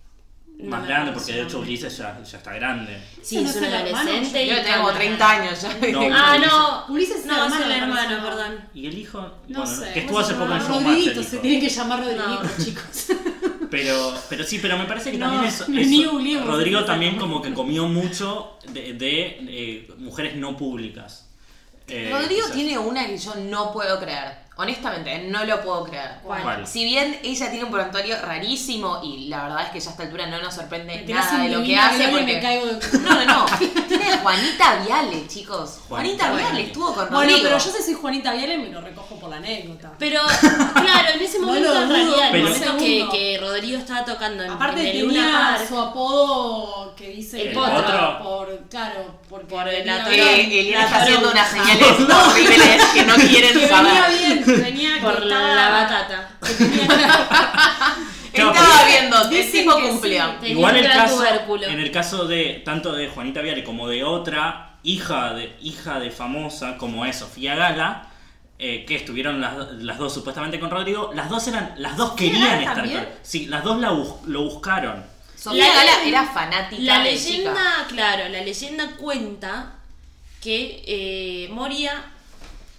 Speaker 5: no
Speaker 7: Más
Speaker 5: me
Speaker 7: grande,
Speaker 5: acuerdo
Speaker 7: porque
Speaker 5: su
Speaker 7: de hecho
Speaker 5: nombre.
Speaker 7: Ulises ya, ya está grande.
Speaker 5: Sí, es
Speaker 8: ¿Ese
Speaker 5: un
Speaker 8: no es el hermano?
Speaker 5: adolescente.
Speaker 6: Yo
Speaker 5: y
Speaker 6: tengo
Speaker 5: está-
Speaker 6: 30 años ya.
Speaker 7: No.
Speaker 5: Ah, no.
Speaker 8: Ulises es el
Speaker 5: no, es el
Speaker 8: hermano, me
Speaker 5: hermano,
Speaker 8: parece.
Speaker 5: perdón.
Speaker 7: Y el hijo,
Speaker 8: No
Speaker 7: bueno,
Speaker 8: sé.
Speaker 7: que estuvo hace poco en Showmatch
Speaker 8: Rodriguito,
Speaker 7: el
Speaker 8: se
Speaker 7: hijo.
Speaker 8: tiene que llamar Rodriguito,
Speaker 5: No.
Speaker 8: chicos.
Speaker 7: Pero, pero sí, pero me parece que
Speaker 8: No,
Speaker 7: también es,
Speaker 8: ni
Speaker 7: es-
Speaker 8: ni Ulises.
Speaker 7: Rodrigo también como que comió mucho de, de, eh, mujeres no públicas. Eh,
Speaker 6: Rodrigo
Speaker 7: quizás.
Speaker 6: tiene una que yo no puedo creer. Honestamente, eh, no lo puedo creer.
Speaker 5: ¿Cuál?
Speaker 7: ¿Cuál?
Speaker 6: Si bien ella tiene un prontuario rarísimo y la verdad es que ya a esta altura no nos sorprende
Speaker 8: Te
Speaker 6: nada
Speaker 8: un
Speaker 6: de lo que
Speaker 8: divino
Speaker 6: hace.
Speaker 8: viol y
Speaker 6: porque-
Speaker 8: me caigo de...
Speaker 6: No, no, no. Tiene a Juanita Viale, chicos. Juanita,
Speaker 7: Juanita
Speaker 6: Viale
Speaker 7: Viale.
Speaker 6: estuvo con
Speaker 8: Bueno,
Speaker 6: Rodrigo.
Speaker 8: pero yo si soy Juanita Viale me lo recojo por la anécdota.
Speaker 5: Pero, claro, en ese
Speaker 8: No
Speaker 5: momento,
Speaker 8: lo
Speaker 5: en
Speaker 8: dudo,
Speaker 5: realidad, el
Speaker 7: pero-
Speaker 5: momento que,
Speaker 8: segundo.
Speaker 5: que Rodrigo estaba tocando en,
Speaker 8: Aparte
Speaker 5: en el Luna
Speaker 8: tenía
Speaker 5: Park,
Speaker 8: su apodo que dice
Speaker 5: El
Speaker 8: que
Speaker 5: potro.
Speaker 8: era por claro, porque
Speaker 5: Por el
Speaker 8: venía
Speaker 5: atolón.
Speaker 8: bien.
Speaker 6: Eh, Eliana está
Speaker 5: La
Speaker 6: haciendo unas
Speaker 5: bronca.
Speaker 6: señales horribles que no
Speaker 8: Que
Speaker 6: quieren
Speaker 8: venía
Speaker 6: saber.
Speaker 8: bien, venía que
Speaker 5: por la,
Speaker 8: estaba-
Speaker 5: la batata.
Speaker 8: que tenía-
Speaker 7: Claro,
Speaker 6: Estaba
Speaker 7: pero-
Speaker 6: viendo, el
Speaker 8: Dicen
Speaker 6: tipo
Speaker 8: que sí.
Speaker 6: cumplió.
Speaker 5: Tenía
Speaker 7: Igual
Speaker 5: un
Speaker 7: el
Speaker 5: gran
Speaker 7: caso,
Speaker 5: tubérculo.
Speaker 7: en el caso de tanto de Juanita Viale como de otra hija de, hija de famosa como es Sofía Gala, eh, que estuvieron las, las dos supuestamente con Rodrigo, las dos eran, las dos querían
Speaker 8: Gala
Speaker 7: estar
Speaker 8: también?
Speaker 7: con Sí, las dos la bus- lo buscaron.
Speaker 6: Sofía
Speaker 5: La-
Speaker 6: Gala era fanática
Speaker 5: La
Speaker 6: de
Speaker 5: leyenda,
Speaker 6: chica.
Speaker 5: claro, la leyenda cuenta que eh, Moria,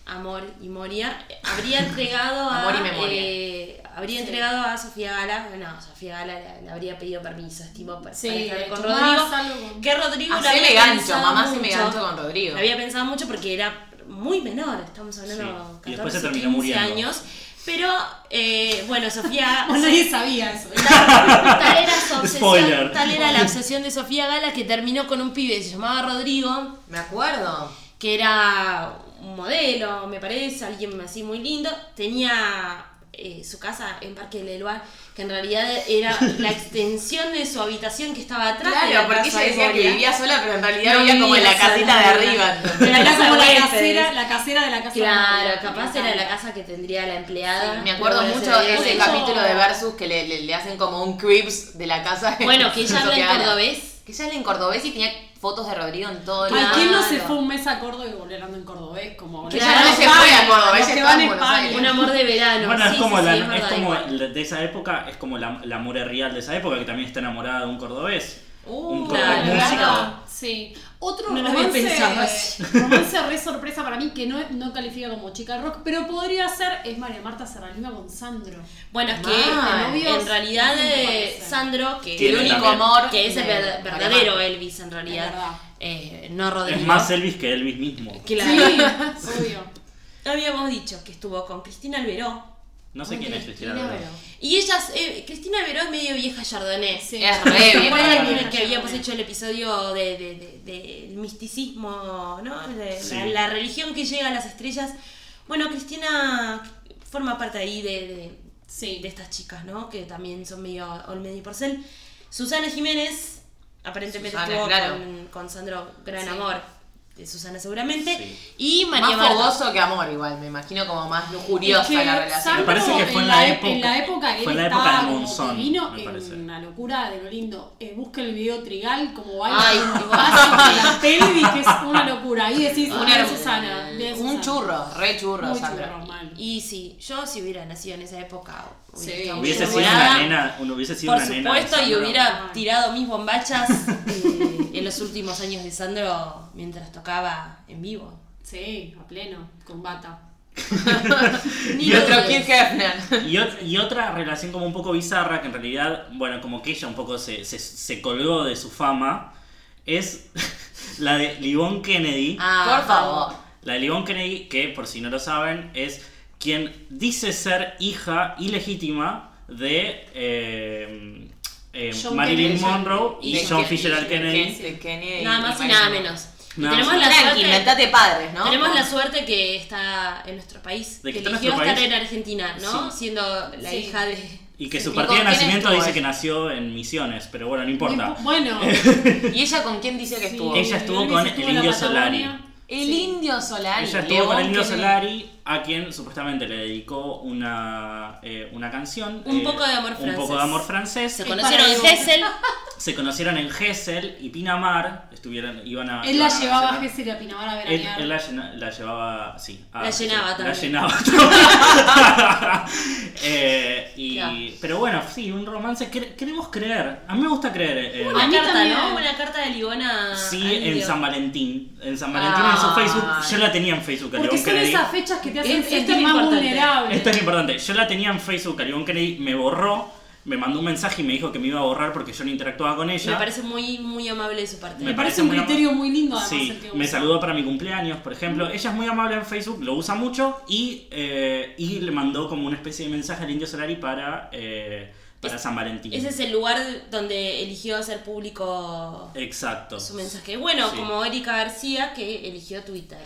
Speaker 5: Amor y Moria, eh, habría entregado a.
Speaker 6: Amor y memoria.
Speaker 5: eh, habría entregado a Sofía Gala. No, Sofía Gala le, le habría pedido permiso, estimó, para,
Speaker 8: Sí,
Speaker 5: para estar con
Speaker 8: tomás
Speaker 5: Rodrigo.
Speaker 8: algo con-
Speaker 5: Que Rodrigo la
Speaker 6: Haceme
Speaker 5: había
Speaker 6: gancho,
Speaker 5: pensado
Speaker 6: mamá, haceme
Speaker 5: mucho.
Speaker 6: gancho con Rodrigo.
Speaker 5: La había pensado mucho porque era muy menor, estamos hablando
Speaker 7: Sí, y
Speaker 5: de 14,
Speaker 7: después se
Speaker 5: 15
Speaker 7: terminó muriendo.
Speaker 5: años. Pero, eh, bueno, Sofía.
Speaker 8: Bueno, nadie sabía eso.
Speaker 5: Tal era su obsesión,
Speaker 7: Spoiler.
Speaker 5: tal era la obsesión de Sofía Gala que terminó con un pibe que se llamaba Rodrigo,
Speaker 6: Me acuerdo.
Speaker 5: que era un modelo, me parece, alguien así muy lindo. Tenía eh, su casa en Parque Leluar, que en realidad era la extensión de su habitación que estaba atrás. de la
Speaker 6: Claro, porque
Speaker 5: casa
Speaker 6: ella
Speaker 5: de
Speaker 6: decía que
Speaker 5: Moria.
Speaker 6: vivía sola, pero en realidad
Speaker 5: No
Speaker 6: vivía como en la
Speaker 5: vivía sola,
Speaker 6: casita de
Speaker 5: no.
Speaker 6: arriba.
Speaker 5: Era
Speaker 8: Era
Speaker 5: la casa
Speaker 8: como la
Speaker 5: huéspedes.
Speaker 8: casera, la casera de la casa. de
Speaker 5: Claro,
Speaker 8: la-
Speaker 5: capaz era la casa que tendría la empleada.
Speaker 6: Me acuerdo
Speaker 5: Pero
Speaker 6: mucho
Speaker 5: se
Speaker 6: de
Speaker 5: veía
Speaker 6: ese
Speaker 5: así.
Speaker 6: capítulo de Versus que le, le- le hacen como un creeps de la casa. de
Speaker 5: Bueno, que ella habla
Speaker 6: Sofía
Speaker 5: en
Speaker 6: Gala.
Speaker 5: cordobés.
Speaker 6: Que ella habla en cordobés y tenía fotos de Rodrigo en todo el
Speaker 8: Ay, ¿quién no se
Speaker 5: Claro.
Speaker 8: fue un mes a Córdoba y volvió hablando en cordobés? Como
Speaker 6: Que
Speaker 5: ella
Speaker 8: Claro,
Speaker 5: no se
Speaker 8: los
Speaker 6: fue a
Speaker 8: van,
Speaker 6: Córdoba,
Speaker 8: los
Speaker 6: ella
Speaker 8: que
Speaker 6: estaba
Speaker 8: van
Speaker 6: en
Speaker 8: en
Speaker 6: Buenos Aires.
Speaker 5: Un
Speaker 8: España.
Speaker 5: amor de verano.
Speaker 7: Bueno,
Speaker 5: sí,
Speaker 7: es como,
Speaker 5: sí,
Speaker 7: la,
Speaker 5: sí, es
Speaker 7: es
Speaker 5: verdad,
Speaker 7: como
Speaker 5: igual.
Speaker 7: la- de esa época, es como la, la More Real de esa época, que también está enamorada de un cordobés. un cordobés
Speaker 5: claro,
Speaker 7: músico.
Speaker 5: claro.
Speaker 8: Sí. Uh, Otro
Speaker 5: No lo había pensado así.
Speaker 8: romance, romance re sorpresa para mí que no, no califica como chica rock, pero podría ser es María Marta Serralima con Sandro.
Speaker 5: Bueno, es que
Speaker 6: Mal.
Speaker 5: en realidad
Speaker 8: No me
Speaker 5: eh,
Speaker 8: parece.
Speaker 5: Sandro, que,
Speaker 6: Que el
Speaker 7: Tiene
Speaker 6: único
Speaker 7: también.
Speaker 6: amor.
Speaker 5: que es el
Speaker 6: de-
Speaker 5: ver- verdadero
Speaker 6: María
Speaker 5: Elvis en realidad,
Speaker 8: Es verdad.
Speaker 5: eh, no Rodrigo.
Speaker 7: Es más Elvis que Elvis mismo.
Speaker 5: Claro.
Speaker 8: Sí, obvio.
Speaker 5: Habíamos dicho que estuvo con Cristina Alberó.
Speaker 7: No sé quién es Cristina
Speaker 6: Cristina
Speaker 7: Alberó.
Speaker 5: Y ellas, eh, Cristina Alberó es medio vieja Chardonnay.
Speaker 8: Sí.
Speaker 6: Es re
Speaker 5: ¿Se
Speaker 6: vieja
Speaker 5: acuerdan
Speaker 6: Chardonnay.
Speaker 5: que habíamos hecho el episodio de, de- de- del misticismo, ¿no? De
Speaker 7: Sí.
Speaker 5: la, la religión que llega a las estrellas. Bueno, Cristina forma parte ahí de, de-
Speaker 8: Sí.
Speaker 5: de estas chicas, ¿no? Que también son medio Olmedo y Porcel. Susana Jiménez, aparentemente
Speaker 6: Susana,
Speaker 5: estuvo
Speaker 6: claro.
Speaker 5: con, con Sandro Gran
Speaker 6: Sí.
Speaker 5: Amor, de Susana seguramente.
Speaker 7: Sí.
Speaker 5: Y María
Speaker 6: más
Speaker 5: Marta.
Speaker 6: fogoso que amor igual, me imagino como más lujuriosa
Speaker 8: Es que
Speaker 6: la relación.
Speaker 8: Sandro
Speaker 7: Me parece que fue en la
Speaker 8: e-
Speaker 7: época-
Speaker 8: En la época que
Speaker 7: fue en
Speaker 8: él
Speaker 7: la época
Speaker 8: estaba
Speaker 7: del
Speaker 8: como
Speaker 7: monzón,
Speaker 8: divino,
Speaker 7: me
Speaker 8: en
Speaker 7: parece.
Speaker 8: una locura de lo lindo. Eh, busca el video Trigal, como baila
Speaker 5: Ay,
Speaker 8: con
Speaker 5: qué
Speaker 8: los pasos de la pelvis, que es una locura. Ahí decís,
Speaker 6: Una-
Speaker 8: una Susana. bien
Speaker 6: un
Speaker 8: Susana.
Speaker 6: churro, re churro,
Speaker 8: Muy
Speaker 6: Sandra.
Speaker 8: churro, mal.
Speaker 5: Y sí, yo si hubiera nacido en esa época, hubiera
Speaker 6: Sí.
Speaker 5: estado
Speaker 7: Hubiese sido
Speaker 5: enamorada.
Speaker 7: una nena, uno hubiese sido
Speaker 5: Por
Speaker 7: una nena. de
Speaker 5: supuesto, y
Speaker 7: Sandro.
Speaker 5: hubiera tirado mis bombachas eh, en los últimos años de Sandro mientras tocaba en vivo.
Speaker 8: Sí, a pleno, con bata.
Speaker 5: Ni
Speaker 6: Y
Speaker 5: lo
Speaker 6: otro
Speaker 5: dudes.
Speaker 6: Kirk Hefner.
Speaker 7: Y, ot- y otra relación como un poco bizarra, que en realidad, bueno, como que ella un poco se, se, se colgó de su fama, es la de Livon Kennedy.
Speaker 5: Ah,
Speaker 6: Por favor.
Speaker 7: La de Livon Kennedy, que por si no lo saben, es quien dice ser hija ilegítima de eh, eh,
Speaker 8: John
Speaker 7: Marilyn
Speaker 8: Kennedy.
Speaker 7: Monroe y
Speaker 6: De
Speaker 7: John
Speaker 6: Ken-
Speaker 7: Fisher al Kennedy.
Speaker 6: de Kennedy
Speaker 5: Nada más y
Speaker 6: Marilyn
Speaker 5: nada
Speaker 6: Monroe.
Speaker 5: menos. Y
Speaker 7: Nada
Speaker 5: tenemos
Speaker 7: más.
Speaker 5: la
Speaker 6: Tranqui,
Speaker 5: suerte,
Speaker 6: inventate padres, ¿no?
Speaker 5: tenemos la suerte que está en nuestro país,
Speaker 7: De
Speaker 5: que
Speaker 7: que está en
Speaker 5: eligió
Speaker 7: nuestro
Speaker 5: estar
Speaker 7: país.
Speaker 5: en Argentina, ¿no?
Speaker 7: Sí.
Speaker 5: Siendo la
Speaker 8: Sí.
Speaker 5: hija de
Speaker 7: Y que su
Speaker 6: ¿Y
Speaker 7: partida de
Speaker 6: con quién
Speaker 7: nacimiento
Speaker 6: estuvo
Speaker 7: dice
Speaker 6: ella?
Speaker 7: que nació en Misiones, pero bueno, no importa.
Speaker 8: Bueno,
Speaker 6: ¿Y ella con quién dice que
Speaker 8: sí,
Speaker 6: estuvo?
Speaker 7: Ella estuvo
Speaker 8: Dionisio
Speaker 7: con el
Speaker 8: en la
Speaker 7: indio Solari.
Speaker 8: Patagonia.
Speaker 6: El
Speaker 8: Sí.
Speaker 6: indio Solari.
Speaker 7: Ella estuvo con el
Speaker 6: León,
Speaker 7: indio
Speaker 6: que-
Speaker 7: Solari, a quien supuestamente le dedicó una, eh, una canción.
Speaker 5: Un
Speaker 7: eh,
Speaker 5: poco de amor
Speaker 7: Un poco
Speaker 5: francés.
Speaker 7: de amor francés.
Speaker 5: Se
Speaker 7: Se,
Speaker 5: conocieron en Gessel.
Speaker 7: conocieron en Gessel y Pinamar. Estuvieron, iban a,
Speaker 8: él la
Speaker 7: iban a
Speaker 8: llevaba a
Speaker 7: cenar.
Speaker 8: Gessel y a Pinamar a
Speaker 7: Ah, Él,
Speaker 8: veranear.
Speaker 7: él la, llena- la llevaba, sí. a-
Speaker 5: La llenaba
Speaker 7: La
Speaker 5: también.
Speaker 7: llenaba. todo. Eh, y-
Speaker 5: Claro.
Speaker 7: pero bueno, sí, un romance. cre- queremos creer. A mí me gusta creer. eh,
Speaker 5: Una
Speaker 8: A mí
Speaker 5: carta,
Speaker 8: también.
Speaker 5: ¿no? Una carta de Ligona.
Speaker 7: sí,
Speaker 5: al
Speaker 7: en
Speaker 5: indio.
Speaker 7: San Valentín. En San Valentín en su
Speaker 6: Ay.
Speaker 7: Facebook. Yo la tenía en Facebook. a
Speaker 8: Porque
Speaker 7: León
Speaker 8: son
Speaker 7: Kennedy.
Speaker 8: esas fechas que te hacen
Speaker 5: Es- es
Speaker 8: sentir
Speaker 5: tan
Speaker 8: más
Speaker 5: importante.
Speaker 8: vulnerable.
Speaker 7: Esto es importante. Yo la tenía en Facebook, a León Kennedy me borró, me mandó un mensaje y me dijo que me iba a borrar porque yo no interactuaba con ella.
Speaker 5: Me parece muy, muy amable de su parte.
Speaker 8: Me
Speaker 7: Me
Speaker 8: parece
Speaker 7: parece
Speaker 8: un
Speaker 7: muy
Speaker 8: criterio muy lindo además
Speaker 7: Sí,
Speaker 8: el que
Speaker 7: me
Speaker 8: usa.
Speaker 7: saludó para mi cumpleaños, por ejemplo.
Speaker 5: Mm.
Speaker 7: Ella es muy amable en Facebook, lo usa mucho y, eh, y le mandó como una especie de mensaje al Indio Solari para, eh, para San Valentín.
Speaker 5: Ese es el lugar donde eligió hacer público
Speaker 7: Exacto.
Speaker 5: su mensaje. Bueno,
Speaker 7: Sí.
Speaker 5: como Erika García, que eligió Twitter.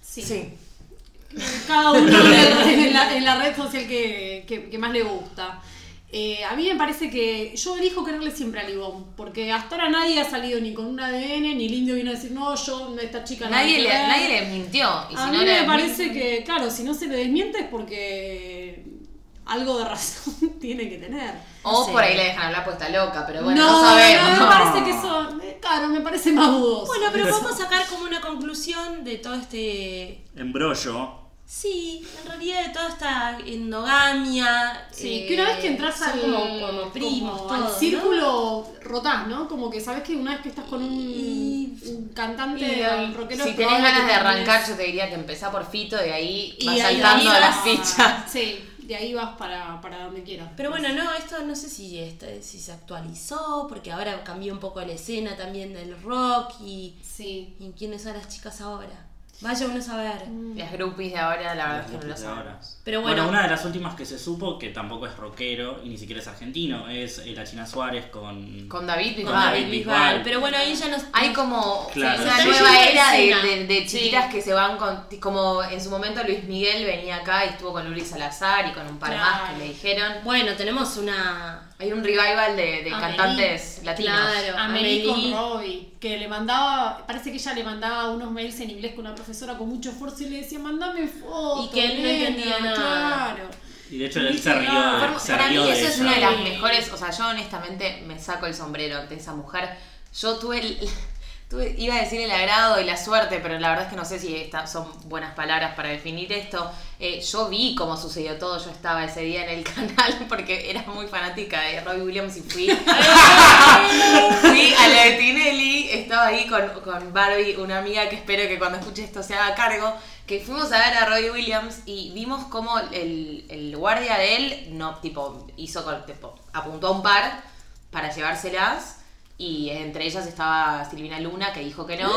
Speaker 8: Sí.
Speaker 6: Sí.
Speaker 8: Cada uno en la, en la red social que, que- que más le gusta. Eh, a mí me parece que yo elijo quererle siempre a Libón, porque hasta ahora nadie ha salido ni con un ADN, ni el indio vino a decir, no, yo, esta chica nada
Speaker 6: Nadie
Speaker 8: que
Speaker 6: le,
Speaker 8: ver".
Speaker 6: nadie le mintió. Y si
Speaker 8: a
Speaker 6: no
Speaker 8: mí
Speaker 6: le
Speaker 8: me parece
Speaker 6: mintió-
Speaker 8: que, claro, si no se le desmiente es porque algo de razón tiene que tener.
Speaker 6: O
Speaker 5: no sé.
Speaker 6: por ahí le dejan hablar puesta loca, pero bueno, no, sabemos.
Speaker 8: no, me parece que eso, eh, claro, me parece más dudoso.
Speaker 5: Bueno, pero podemos sacar como una conclusión de todo este.
Speaker 7: Embrollo.
Speaker 5: Sí, en realidad de toda esta endogamia.
Speaker 8: Sí,
Speaker 5: eh,
Speaker 8: que una vez que entras
Speaker 5: son
Speaker 8: al,
Speaker 5: Como, como primos,
Speaker 8: como
Speaker 5: todo,
Speaker 8: al
Speaker 5: ¿no?
Speaker 8: círculo, rotás, ¿no? Como que sabes que una vez que estás con un,
Speaker 5: Y-
Speaker 8: un cantante
Speaker 6: Y,
Speaker 8: un rockero.
Speaker 6: si
Speaker 8: es
Speaker 6: tenés
Speaker 8: probable
Speaker 6: ganas
Speaker 8: que
Speaker 6: de
Speaker 8: termines-
Speaker 6: arrancar, yo te diría que empezá por Fito, de ahí
Speaker 5: Y
Speaker 6: vas
Speaker 5: ahí
Speaker 6: saltando
Speaker 5: vas.
Speaker 6: las fichas.
Speaker 8: Sí, de ahí vas para, para donde quieras.
Speaker 5: Pero bueno, no, esto no sé si, este, si se actualizó, porque ahora cambió un poco la escena también del rock y.
Speaker 8: Sí.
Speaker 5: ¿Y quiénes son las chicas ahora? Vaya uno a saber.
Speaker 6: Las groupies de ahora, la verdad
Speaker 7: las
Speaker 6: es que no lo
Speaker 7: noticias de ahora.
Speaker 6: sabemos.
Speaker 5: Ah, Pero
Speaker 7: Bueno,
Speaker 5: bueno.
Speaker 7: una de las últimas que se supo, que tampoco es rockero y ni siquiera es argentino, es eh, la China Suárez con.
Speaker 6: Con David
Speaker 7: Con
Speaker 6: Bisbal.
Speaker 7: David. Bisbal.
Speaker 5: Pero bueno, ahí ya nos.
Speaker 6: Hay como
Speaker 7: Claro,
Speaker 6: una
Speaker 7: sí.
Speaker 6: nueva
Speaker 5: Sí.
Speaker 6: era de,
Speaker 5: Sí.
Speaker 6: de- de chiquitas que se van con. Como en su momento Luis Miguel venía acá y estuvo con Luli Salazar y con un par
Speaker 8: Claro.
Speaker 6: más que le dijeron.
Speaker 5: Bueno, tenemos una.
Speaker 6: Hay un revival de, de
Speaker 8: Amelie.
Speaker 6: cantantes latinos.
Speaker 5: Claro.
Speaker 8: Amelie con
Speaker 5: Amelie.
Speaker 8: Robbie, que le mandaba, parece que ella le mandaba unos mails en inglés con una profesora con mucho esfuerzo y le decía, mandame fotos.
Speaker 5: Y que él no
Speaker 8: nena",
Speaker 5: entendía nada.
Speaker 8: Claro.
Speaker 7: Y de hecho él se rió,
Speaker 8: Para-
Speaker 7: de- se
Speaker 6: Para mí
Speaker 7: rió de
Speaker 6: eso es
Speaker 7: ella.
Speaker 6: una de las mejores, o sea, yo honestamente me saco el sombrero de esa mujer. Yo tuve el- tuve- iba a decir el agrado y la suerte, pero la verdad es que no sé si esta- son buenas palabras para definir esto. Eh, yo vi cómo sucedió todo, yo estaba ese día en el canal porque era muy fanática de Robbie Williams y fui, fui a la de Tinelli, estaba ahí con, con Barbie, una amiga que espero que cuando escuche esto se haga cargo, que fuimos a ver a Robbie Williams y vimos cómo el, el guardia de él, no, tipo, hizo, con- tipo, apuntó a un par para llevárselas y entre ellas estaba Silvina Luna que dijo que no.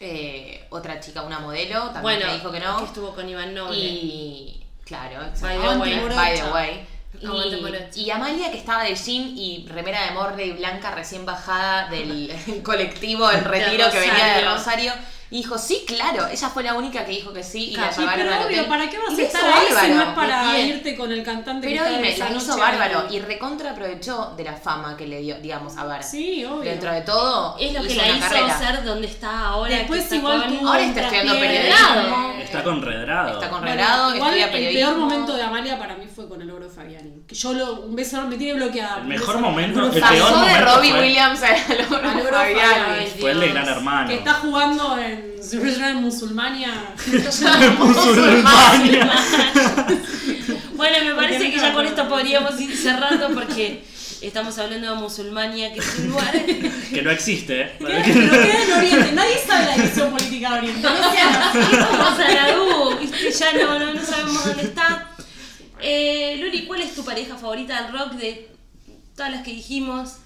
Speaker 6: eh, otra chica, una modelo, también
Speaker 5: Bueno,
Speaker 6: que dijo que no.
Speaker 5: estuvo con Iván Noble.
Speaker 6: Y claro,
Speaker 5: By the
Speaker 8: Ah,
Speaker 5: way.
Speaker 6: exacto. By the way.
Speaker 5: Aguante
Speaker 6: Y,
Speaker 5: Morocha.
Speaker 6: y Amalia que estaba de jean y remera de Morley blanca recién bajada del colectivo del retiro que venía de
Speaker 5: Rosario.
Speaker 6: Rosario. Y dijo, sí, claro. Ella fue la única que dijo que sí y la
Speaker 8: Sí,
Speaker 6: llevaron
Speaker 8: pero
Speaker 6: al
Speaker 8: obvio,
Speaker 6: hotel.
Speaker 8: ¿para qué
Speaker 6: Y
Speaker 8: vas a
Speaker 6: lo
Speaker 8: estar
Speaker 6: hizo
Speaker 8: ahí si no es
Speaker 6: bárbaro.
Speaker 8: para
Speaker 5: bien.
Speaker 8: irte con el cantante
Speaker 6: Pero
Speaker 8: que está
Speaker 6: dime,
Speaker 8: esa
Speaker 6: la hizo
Speaker 8: noche
Speaker 6: bárbaro
Speaker 8: ahí?
Speaker 6: y recontra aprovechó de la fama que le dio, digamos, a ver.
Speaker 8: Sí, obvio.
Speaker 6: Dentro de todo,
Speaker 5: Es lo que
Speaker 6: hizo
Speaker 5: la
Speaker 6: una
Speaker 5: hizo
Speaker 6: carrera.
Speaker 5: ser donde está ahora.
Speaker 8: Después
Speaker 5: que está
Speaker 8: igual
Speaker 5: con-
Speaker 8: tuvo
Speaker 6: Ahora
Speaker 8: un
Speaker 6: está estudiando
Speaker 8: traspié.
Speaker 6: periodismo.
Speaker 7: Está con Redrado.
Speaker 6: Está con
Speaker 8: Bueno,
Speaker 6: Redrado,
Speaker 8: igual
Speaker 6: estudia
Speaker 8: el
Speaker 6: periodismo.
Speaker 8: peor momento de Amalia para mí fue con el oro de Fabiani. Que yo lo, un beso enorme, me tiene bloqueada.
Speaker 7: El
Speaker 8: Un
Speaker 7: mejor
Speaker 8: beso-
Speaker 7: momento, el
Speaker 8: Pasó
Speaker 7: peor
Speaker 6: Pasó de
Speaker 7: momento
Speaker 6: Robbie
Speaker 7: fue-
Speaker 6: Williams a
Speaker 8: A
Speaker 6: Logro
Speaker 8: Logro Fabiani.
Speaker 6: Fabiani.
Speaker 7: Fue el de Gran Hermano.
Speaker 8: Que está jugando en Survivor en Musulmania.
Speaker 7: Musulmania.
Speaker 5: Bueno, me parece
Speaker 8: Porque
Speaker 5: que
Speaker 8: no
Speaker 5: ya
Speaker 8: me
Speaker 5: con
Speaker 8: acuerdo.
Speaker 5: esto podríamos ir cerrando porque estamos hablando de musulmania, que es un lugar.
Speaker 7: Que no existe, ¿eh?
Speaker 8: Pero queda en Oriente. Nadie sabe la división política de Oriente. No sea-
Speaker 5: Vamos a la U, ¿viste? Ya no, no, no sabemos dónde está. Eh, Luli, ¿cuál es tu pareja favorita del rock de todas las que dijimos?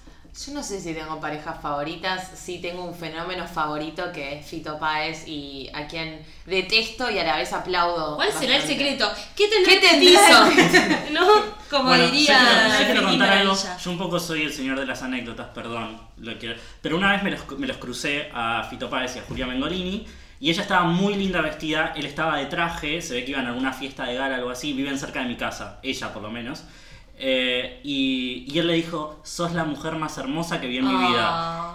Speaker 6: Yo no sé si tengo parejas favoritas, sí tengo un fenómeno favorito que es Fito Páez y a quien detesto y a la vez aplaudo.
Speaker 5: ¿Cuál será el
Speaker 6: bastante.
Speaker 5: secreto? ¿Qué tendrá
Speaker 6: ¿Qué
Speaker 5: que
Speaker 6: tendrá?
Speaker 5: ¿No? Como
Speaker 7: Bueno,
Speaker 5: diría.
Speaker 7: yo quiero, yo quiero
Speaker 5: Cristina
Speaker 7: contar algo.
Speaker 5: Villa.
Speaker 7: Yo un poco soy el señor de las anécdotas, perdón. Lo quiero- Pero una vez me los, me los crucé a Fito Páez y a Julia Mengolini. Y ella estaba muy linda vestida, él estaba de traje, se ve que iban a alguna fiesta de gala o algo así, viven cerca de mi casa, ella por lo menos. Eh, y, y él le dijo, sos la mujer más hermosa que vi en mi
Speaker 5: Ah.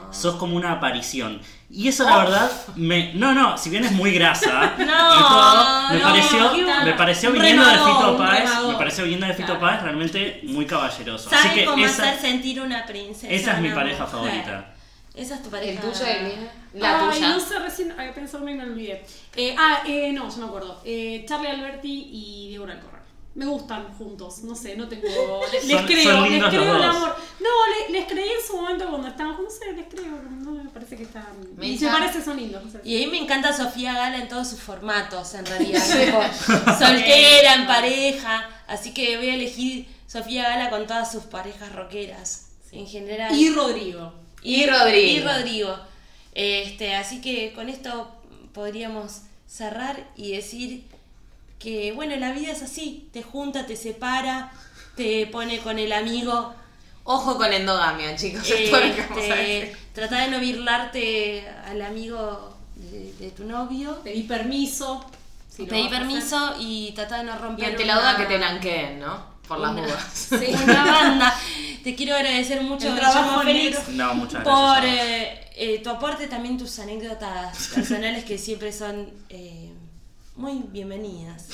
Speaker 7: vida. Sos como una aparición. Y eso, la verdad, me... No, no, si bien es muy grasa y
Speaker 5: No,
Speaker 7: todo, me
Speaker 5: no,
Speaker 7: pareció,
Speaker 5: no.
Speaker 7: me pareció
Speaker 5: Un
Speaker 7: viniendo de
Speaker 5: remador,
Speaker 7: Fito
Speaker 5: un
Speaker 7: Páez,
Speaker 5: remador.
Speaker 7: me pareció viniendo de Fito Páez realmente muy caballeroso. Así
Speaker 5: Sabe
Speaker 7: que
Speaker 5: cómo
Speaker 7: esa,
Speaker 5: hacer sentir una princesa.
Speaker 7: esa es mi
Speaker 5: una
Speaker 7: pareja
Speaker 5: mujer.
Speaker 7: favorita.
Speaker 5: Esa es tu pareja.
Speaker 6: ¿El tuyo y el mío? La
Speaker 8: Ay,
Speaker 6: tuya.
Speaker 8: no sé, recién había pensado y me olvidé. Eh, ah, eh, no, yo me acuerdo. Eh, Charlie Alberti y Diego Alcorral. Me gustan juntos, no sé, no tengo... Les,
Speaker 7: Son-
Speaker 8: creo,
Speaker 7: son
Speaker 8: les
Speaker 7: lindos
Speaker 8: creo
Speaker 7: los
Speaker 8: el
Speaker 7: dos.
Speaker 8: amor. No, le- les, creí en su momento cuando estaban juntos, no sé, les creo, no me parece que están... Me,
Speaker 6: Misa.
Speaker 8: parece que son lindos. no sé.
Speaker 5: Y a mí me encanta Sofía Gala en todos sus formatos, en realidad. tipo, soltera, en pareja. Así que voy a elegir Sofía Gala con todas sus parejas rockeras, en general.
Speaker 8: Y Rodrigo.
Speaker 5: Y-
Speaker 6: Y Rodrigo.
Speaker 5: y Rodrigo. Este, así que con esto podríamos cerrar y decir que, bueno, la vida es así. Te junta, te separa, te pone con el amigo.
Speaker 6: Ojo con endogamia, chicos.
Speaker 5: Este,
Speaker 6: es todo lo que vamos a decir.
Speaker 5: trata de no virlarte al amigo de, de tu novio.
Speaker 8: Pedí permiso. si lo
Speaker 5: Pedí
Speaker 8: vas a hacer.
Speaker 5: permiso y trata de no
Speaker 6: Y
Speaker 5: romper.
Speaker 6: ante la
Speaker 5: una-
Speaker 6: duda que te blanqueen, ¿no? Por las
Speaker 5: Una.
Speaker 6: dudas.
Speaker 5: Sí, una banda. Te quiero agradecer mucho,
Speaker 8: El trabajo
Speaker 5: Guillermo Félix,
Speaker 8: negro.
Speaker 7: No, muchas gracias. a
Speaker 5: por
Speaker 7: vos.
Speaker 5: eh, eh, tu aporte, también tus anécdotas personales que siempre son eh, muy bienvenidas.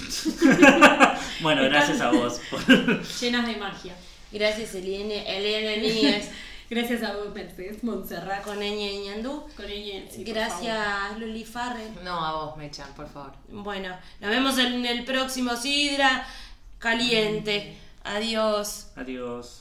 Speaker 7: Bueno, gracias a vos. por-
Speaker 8: Llenas de magia.
Speaker 5: Gracias, Eliene, Eliene Níez,
Speaker 8: Gracias a vos, Mercedes Montserrat.
Speaker 5: con Eña Iñandú.
Speaker 8: Con ella, sí, por favor.
Speaker 5: Gracias, Luli Farrell.
Speaker 6: No, a vos, Mechan, por favor.
Speaker 5: Bueno, nos vemos en el próximo Sidra Caliente. Adiós.
Speaker 7: Adiós.